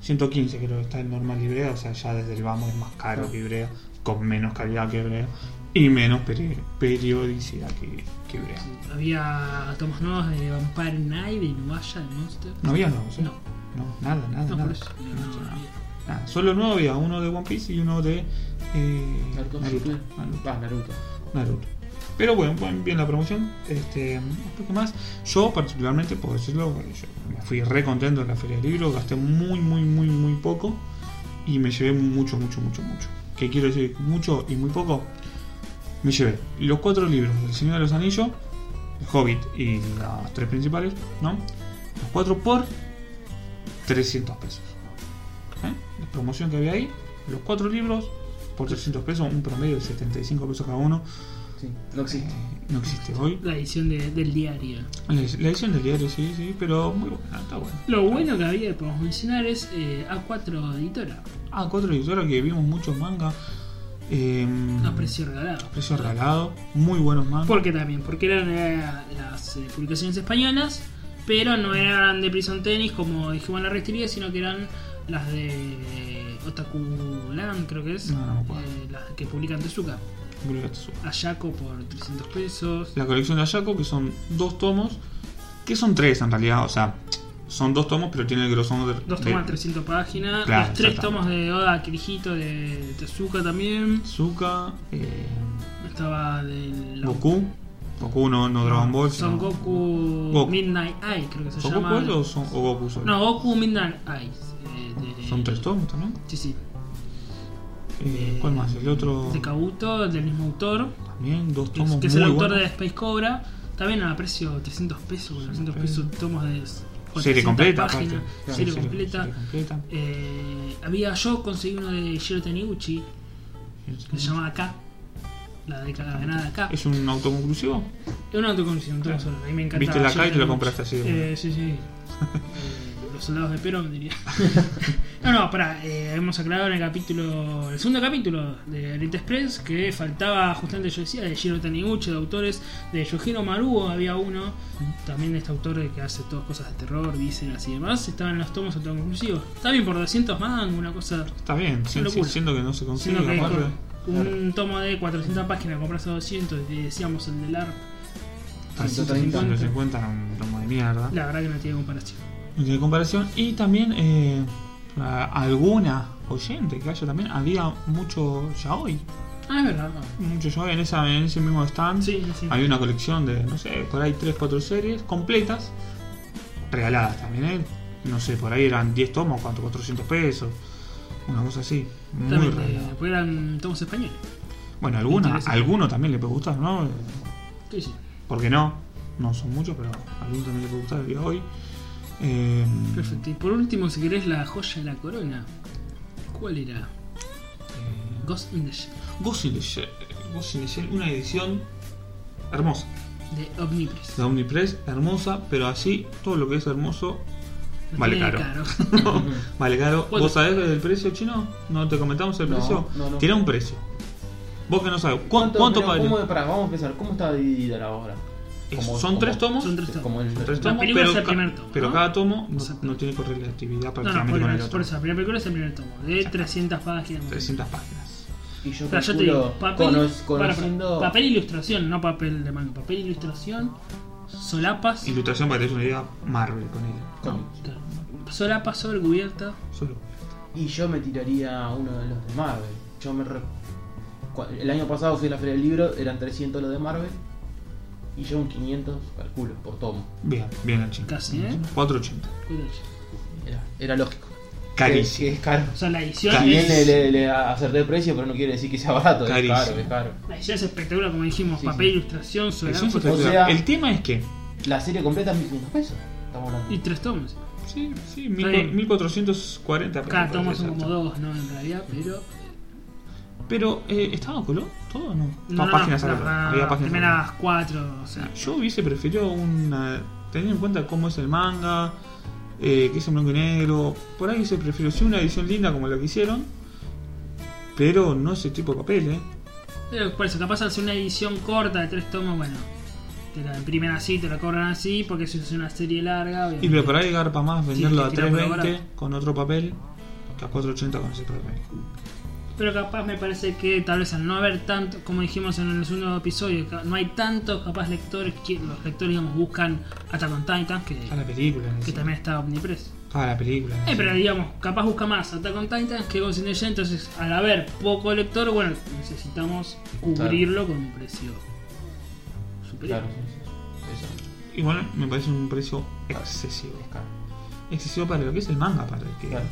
S1: 115 creo que está el normal Ibrea, o sea, ya desde el vamos es más
S2: Ah.
S1: caro que Ibrea, con menos calidad que Ibrea y menos peri- periodicidad que, que Ibrea.
S2: Había tomos nuevos de Vampire Knight, de Inuyasha, de Monster.
S1: No había nuevos, ¿eh?
S2: No.
S1: No, nada, nada,
S2: No,
S1: nada.
S2: por eso. No, no,
S1: nada.
S2: había.
S1: Nada, Solo nuevo había uno de One Piece y uno de eh,
S3: Naruto.
S1: Naruto.
S3: Naruto.
S1: Naruto.
S3: Ah, Naruto.
S1: Naruto. Pero bueno, buen- bien la promoción. Este, después, ¿qué más? Yo particularmente, puedo decirlo, yo me fui re contento en la feria del libro, gasté muy, muy, muy, muy poco y me llevé mucho, mucho, mucho, mucho. ¿Qué quiero decir? Mucho y muy poco. Me llevé los cuatro libros del Señor de los Anillos, el Hobbit y los tres principales, ¿no? Los cuatro por 300 pesos. ¿Eh? La promoción que había ahí, los cuatro libros por 300 pesos, un promedio de 75 pesos cada uno.
S3: Sí, no
S1: Eh,
S3: existe.
S1: no existe hoy.
S2: La edición de- del diario.
S1: La, la edición del diario, sí, sí, pero muy buena, está buena.
S2: Lo bueno que había, podemos mencionar, es eh, A4 Editora,
S1: Ah, cuatro editoras que vimos muchos mangas. eh,
S2: a precio regalado.
S1: precio regalado, muy buenos mangas.
S2: ¿Por qué también? Porque eran eh, las eh, publicaciones españolas, pero no eran de Prison Tennis como dijimos en la restriría, sino que eran las de eh, Otaku Land, creo que es,
S1: No, no me acuerdo.
S2: eh, las que publican Tezuka. Ayako por 300 pesos.
S1: La colección de Ayako, que son dos tomos, que son tres en realidad, o sea, son dos tomos, pero tiene el grosor de.
S2: Dos
S1: de
S2: tomos de 300 páginas.
S1: Claro,
S2: los tres
S1: exactamente.
S2: tomos de Oda Kirihito de Tezuka también.
S1: Tsuka, eh,
S2: Estaba del...
S1: Goku, Goku no, no Dragon Ball.
S2: Son
S1: sino-
S2: Goku,
S1: Goku.
S2: Midnight Eye, creo que se
S1: ¿Son
S2: llama.
S1: Goku él o, son, o Goku solo?
S2: No, Goku Midnight Eyes. eh, de-
S1: Son tres tomos también.
S2: Sí, sí.
S1: Eh, ¿Cuál más? El otro
S2: De Kabuto, del mismo autor,
S1: también, dos
S2: que es-
S1: tomos.
S2: que es el
S1: muy
S2: autor
S1: buenos.
S2: de Space Cobra. También a precio 300 pesos, 400 pesos tomos de. 400
S1: Serie completa,
S2: páginas,
S1: aparte. Claro,
S2: serie completa.
S1: serie completa.
S2: Eh, había yo conseguí uno de Shiro Taniguchi, que se llamaba K. La década ganada K.
S1: ¿Es un autoconclusivo?
S2: Es una autoconclusión, un tomo
S1: Claro.
S2: solo. A mí me encanta.
S1: Viste la K y te lo
S2: Shiro Taniguchi.
S1: compraste así de
S2: Eh, sí, sí. Eh, Los soldados de Perón, diría. no, no, pará. eh, hemos aclarado en el capítulo, el segundo capítulo de Elite Express que faltaba, justamente yo decía, de Shiro Taniguchi, de autores de Yujiro Maruo, había uno, también de este autor de que hace todas cosas de terror, dicen así y demás. Estaban los tomos autoconclusivos. También por 200 mangos, una cosa.
S1: Está bien, si-
S2: locura.
S1: si- siendo que no se consigue.
S2: Siendo que
S1: aparte.
S2: con un tomo de 400 páginas compras a 200 y decíamos el del ARP.
S1: Está
S3: 130.
S1: 150 era un tomo de mierda. Este
S2: La verdad que no tiene comparación.
S1: No tiene comparación. Y también eh, a- alguna oyente que haya también, había mucho yaoi.
S2: Ah, es verdad. no.
S1: Mucho yaoi en, esa, en ese mismo stand.
S2: Sí, sí.
S1: Había una colección de, no sé, por ahí 3, 4 series completas, regaladas también, ¿eh? No sé, por ahí eran 10 tomos, ¿cuánto? 400 pesos. Una cosa así, muy
S2: También, eh,
S1: regalada.
S2: porque eran tomos españoles.
S1: Bueno, alguna,
S2: Interesante.
S1: alguno también le puede gustar, ¿no?
S2: Sí, sí.
S1: Porque no, no son muchos, pero alguno también le puede gustar el día de hoy. Eh,
S2: Perfecto. Y por último, si querés, la joya de la corona. ¿Cuál era? Ghost in the Shell.
S1: Ghost in the Shell, Ghost in the Shell, una edición hermosa.
S2: De Omnipress.
S1: La Omnipress, hermosa, pero así todo lo que es hermoso
S2: Lo
S1: vale
S2: tiene
S1: caro. vale caro.
S2: Bueno.
S1: ¿Vos sabés del precio chino? ¿No te comentamos el
S3: No,
S1: precio?
S3: no, no.
S1: Tiene un precio. Vos que no sabés. ¿Cu- ¿Cuánto,
S3: pero
S1: vale?
S3: cómo- pará, vamos a empezar. ¿Cómo está dividida la obra?
S1: Es- son tres tomos.
S2: Son tres tomos.
S3: Como el,
S1: Tres
S2: La
S1: tomos,
S2: película
S1: pero,
S2: es el
S1: ca-
S2: primer tomo,
S1: pero
S2: ¿no?
S1: cada tomo no,
S2: Exacto.
S1: no tiene correlatividad
S2: No, no,
S1: prácticamente
S2: por,
S1: con el
S2: eso-
S1: otro.
S2: por eso, la primera película es el primer tomo, de 300 páginas.
S1: 300 páginas.
S3: Y yo
S2: O sea, yo te
S3: calculo,
S2: digo, papel,
S3: cono-
S2: para-
S3: conociendo...
S2: papel e ilustración, no papel de manga, papel e ilustración, solapas,
S1: Ilustración para que te des una idea, Marvel con él.
S3: con-
S2: claro, solapas sobre cubierta,
S1: Solo.
S3: Y yo me tiraría uno de los de Marvel. Yo me re- cua- El año pasado fui a la Feria del Libro, eran 300 los de Marvel. Y yo un 500, calculo, por tomo.
S1: Bien, bien hecho.
S2: Casi, ¿eh?
S1: 480.
S3: Era, era lógico.
S1: Carísimo.
S3: Que, que es caro.
S2: o sea, la edición,
S1: Claro.
S3: Si bien le,
S2: es,
S3: le, le acerté el precio, pero no quiere decir que sea barato.
S1: Carísimo.
S3: Es caro, es caro.
S2: la edición es espectacular, como dijimos,
S3: Sí,
S2: papel e
S3: sí.
S2: ilustración,
S1: Es un
S2: solapas
S1: espectacular.
S3: sea-
S1: el tema es que.
S3: La serie completa es 1500 pesos. Estamos hablando.
S2: y tres tomos.
S1: Sí, sí,
S2: bien.
S1: 1440
S2: Cada
S1: pero-
S2: tomo son
S1: exacto.
S2: como dos, ¿no? En realidad, pero...
S1: Pero, eh, ¿estaba color? ¿Todo o no?
S2: No,
S1: No,
S2: no,
S1: páginas
S2: no,
S1: a color.
S2: la-
S1: Había páginas a color.
S2: primeras cuatro, o sea,
S1: Yo hubiese preferido una. Teniendo en cuenta cómo es el manga, eh, que es en blanco y negro. Por ahí se prefirió, sí, una edición linda como la que hicieron. Pero no ese tipo de papel, ¿eh?
S2: Pero por eso, capaz de hacer una edición corta de tres tomos, bueno, te la imprimen así, te la cobran así, porque si es una serie larga.
S1: Y pero por ahí garpa más venderlo
S2: que
S1: a
S2: tirar por
S1: 320 con otro papel que a 480 con ese papel.
S2: Pero capaz me parece que tal vez al no haber tanto, como dijimos en el segundo episodio, ca- no hay tantos capaz lectores que los lectores, digamos, buscan Attack on Titan, que,
S1: Está la película. en
S2: que
S1: Ah, sí.
S2: también está Omnipress.
S1: Está la película. en
S2: Eh,
S1: sí.
S2: pero digamos, capaz busca más Attack on Titan que Ghost in the Shell, entonces al haber poco lector, bueno, necesitamos cubrirlo con un precio superior.
S3: Claro, sí, sí. Eso,
S1: Igual me parece un precio excesivo.
S3: es caro.
S1: Excesivo para lo que es el manga, para el que.
S3: Claro,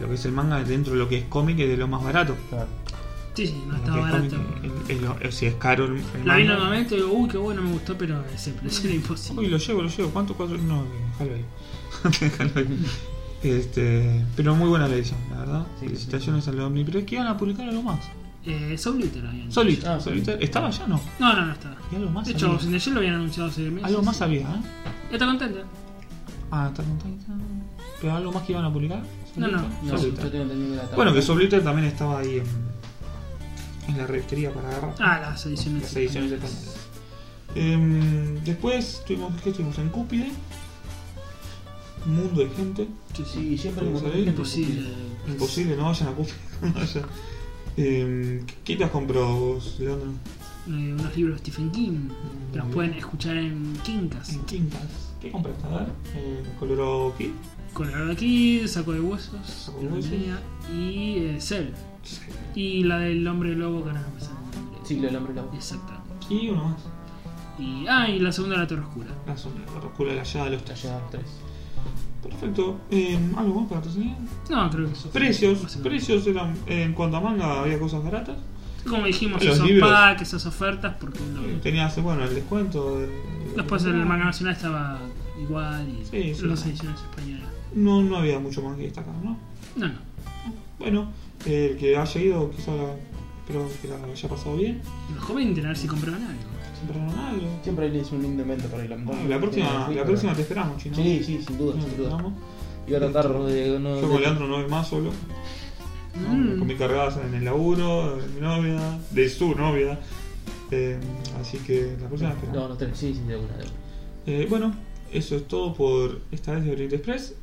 S1: Lo que es el manga dentro de lo que es cómic es de lo más barato.
S3: claro.
S2: Sí, sí, no
S1: Lo
S2: estaba
S1: que es cómic,
S2: barato.
S1: el- el- lo- si es caro el, el
S2: La vi
S1: manga.
S2: normalmente y digo, uy, qué bueno, me gustó, pero ese precio era imposible.
S1: Uy, lo llevo, lo llevo. ¿Cuánto? Cuatro. No, déjalo ahí. Déjalo ahí. Este, pero muy buena la edición, la verdad.
S3: Sí, sí,
S1: Felicitaciones al Omnipress que iban a publicar algo más.
S2: Eh, Soul Eater habían dicho.
S1: Solito,
S3: Ah,
S1: solito.
S3: sí.
S1: Estaba ya, ¿no?
S2: No, no, no estaba.
S1: Y algo más.
S2: De hecho,
S1: había.
S2: sin ayer lo habían anunciado hace meses.
S1: algo más había, ¿eh?
S2: ¿Está contenta?
S1: Ah, está contenta. Pero algo más que iban a publicar.
S2: No, no.
S1: Solito,
S3: No,
S1: solito.
S3: yo tengo entendido que la tabla-
S1: Bueno, que Sobliter también estaba ahí en, en la revistería para agarrar.
S2: Ah, las ediciones.
S1: las ediciones españolas. Em, después tuvimos, ¿qué tuvimos? En Cúpide, Mundo de Gente,
S2: Sí, sí.
S3: Sí, siempre
S1: Vamos a
S3: me-
S1: ver.
S2: Imposible.
S1: imposible, no vayan a Cúpide, no vayan. Em, ¿qué- ¿Qué te has comprado vos, Leandro?
S2: Eh, unos libros de Stephen King. Que los
S1: bien.
S2: pueden escuchar en Kinkas.
S1: En Quintas. ¿Qué compraste? A ver, eh, Colorado Kid.
S2: Colorado aquí, Saco de Huesos.
S1: Saco de Huesos.
S2: Ironía, Y eh, Cell.
S1: Sí.
S2: Y la del Hombre Lobo, que ahora no me sale el nombre.
S3: Sí, el hombre lobo.
S2: Exacto.
S1: Y uno más,
S2: Y, ah, y la segunda, La Torre Oscura.
S1: la sombra, la oscura, la llave de los
S3: Ya
S1: tallos.
S3: llegaron tres.
S1: Perfecto, Em, ¿algo más para tu señal?
S2: No, creo que eso fue
S1: Precios,
S2: básicamente.
S1: precios eran, en cuanto a manga había cosas baratas.
S2: Como dijimos,
S1: Los
S2: esos
S1: libros.
S2: packs, esas ofertas, porque no-
S1: Eh, Tenías, bueno, el descuento. del-
S2: después el manga nacional estaba igual y
S1: Sí, sí.
S2: las ediciones españolas.
S1: No, no había mucho más que destacar, ¿no?
S2: No, no.
S1: Bueno, eh, el que haya ido, quizá la- espero que la haya pasado bien.
S2: Los comenten a ver si compraban algo.
S1: Siempre algo.
S3: Siempre es un lindo invento para ir a
S1: Bueno, la próxima, la próxima te esperamos, chino.
S3: Sí, sí, sin duda,
S1: Te
S3: sin duda.
S1: esperamos.
S3: Iba a tratar de. No,
S1: Yo con Leandro no voy más solo. ¿no?
S2: Mm.
S1: Con mis cargadas en el laburo, de mi novia, de su novia. Eh, así que la próxima la esperamos.
S3: No, los tres, sí, sí, de una, de una.
S1: Eh, bueno, eso es todo por esta vez de Oriente Express.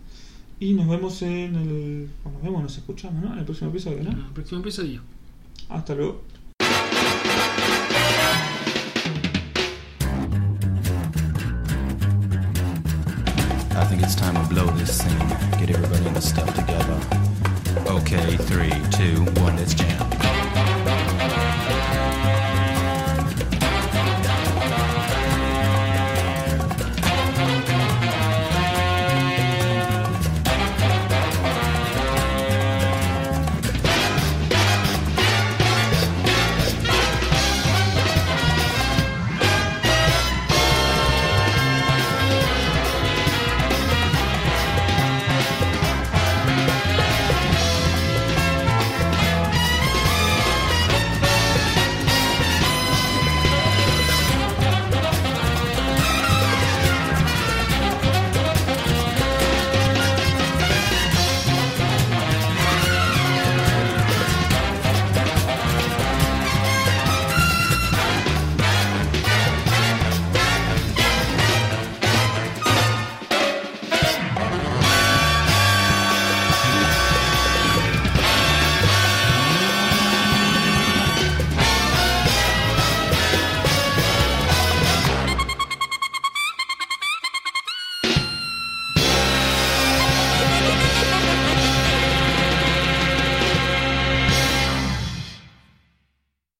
S1: Y nos vemos en el. Bueno, nos vemos, nos escuchamos, ¿no? En el próximo episodio, ¿no?
S3: Mm.
S2: En el próximo episodio.
S1: Hasta luego.
S5: I think it's time to blow this scene. Get everybody in the stuff together. Okay. Okay, three, two, one, let's jam.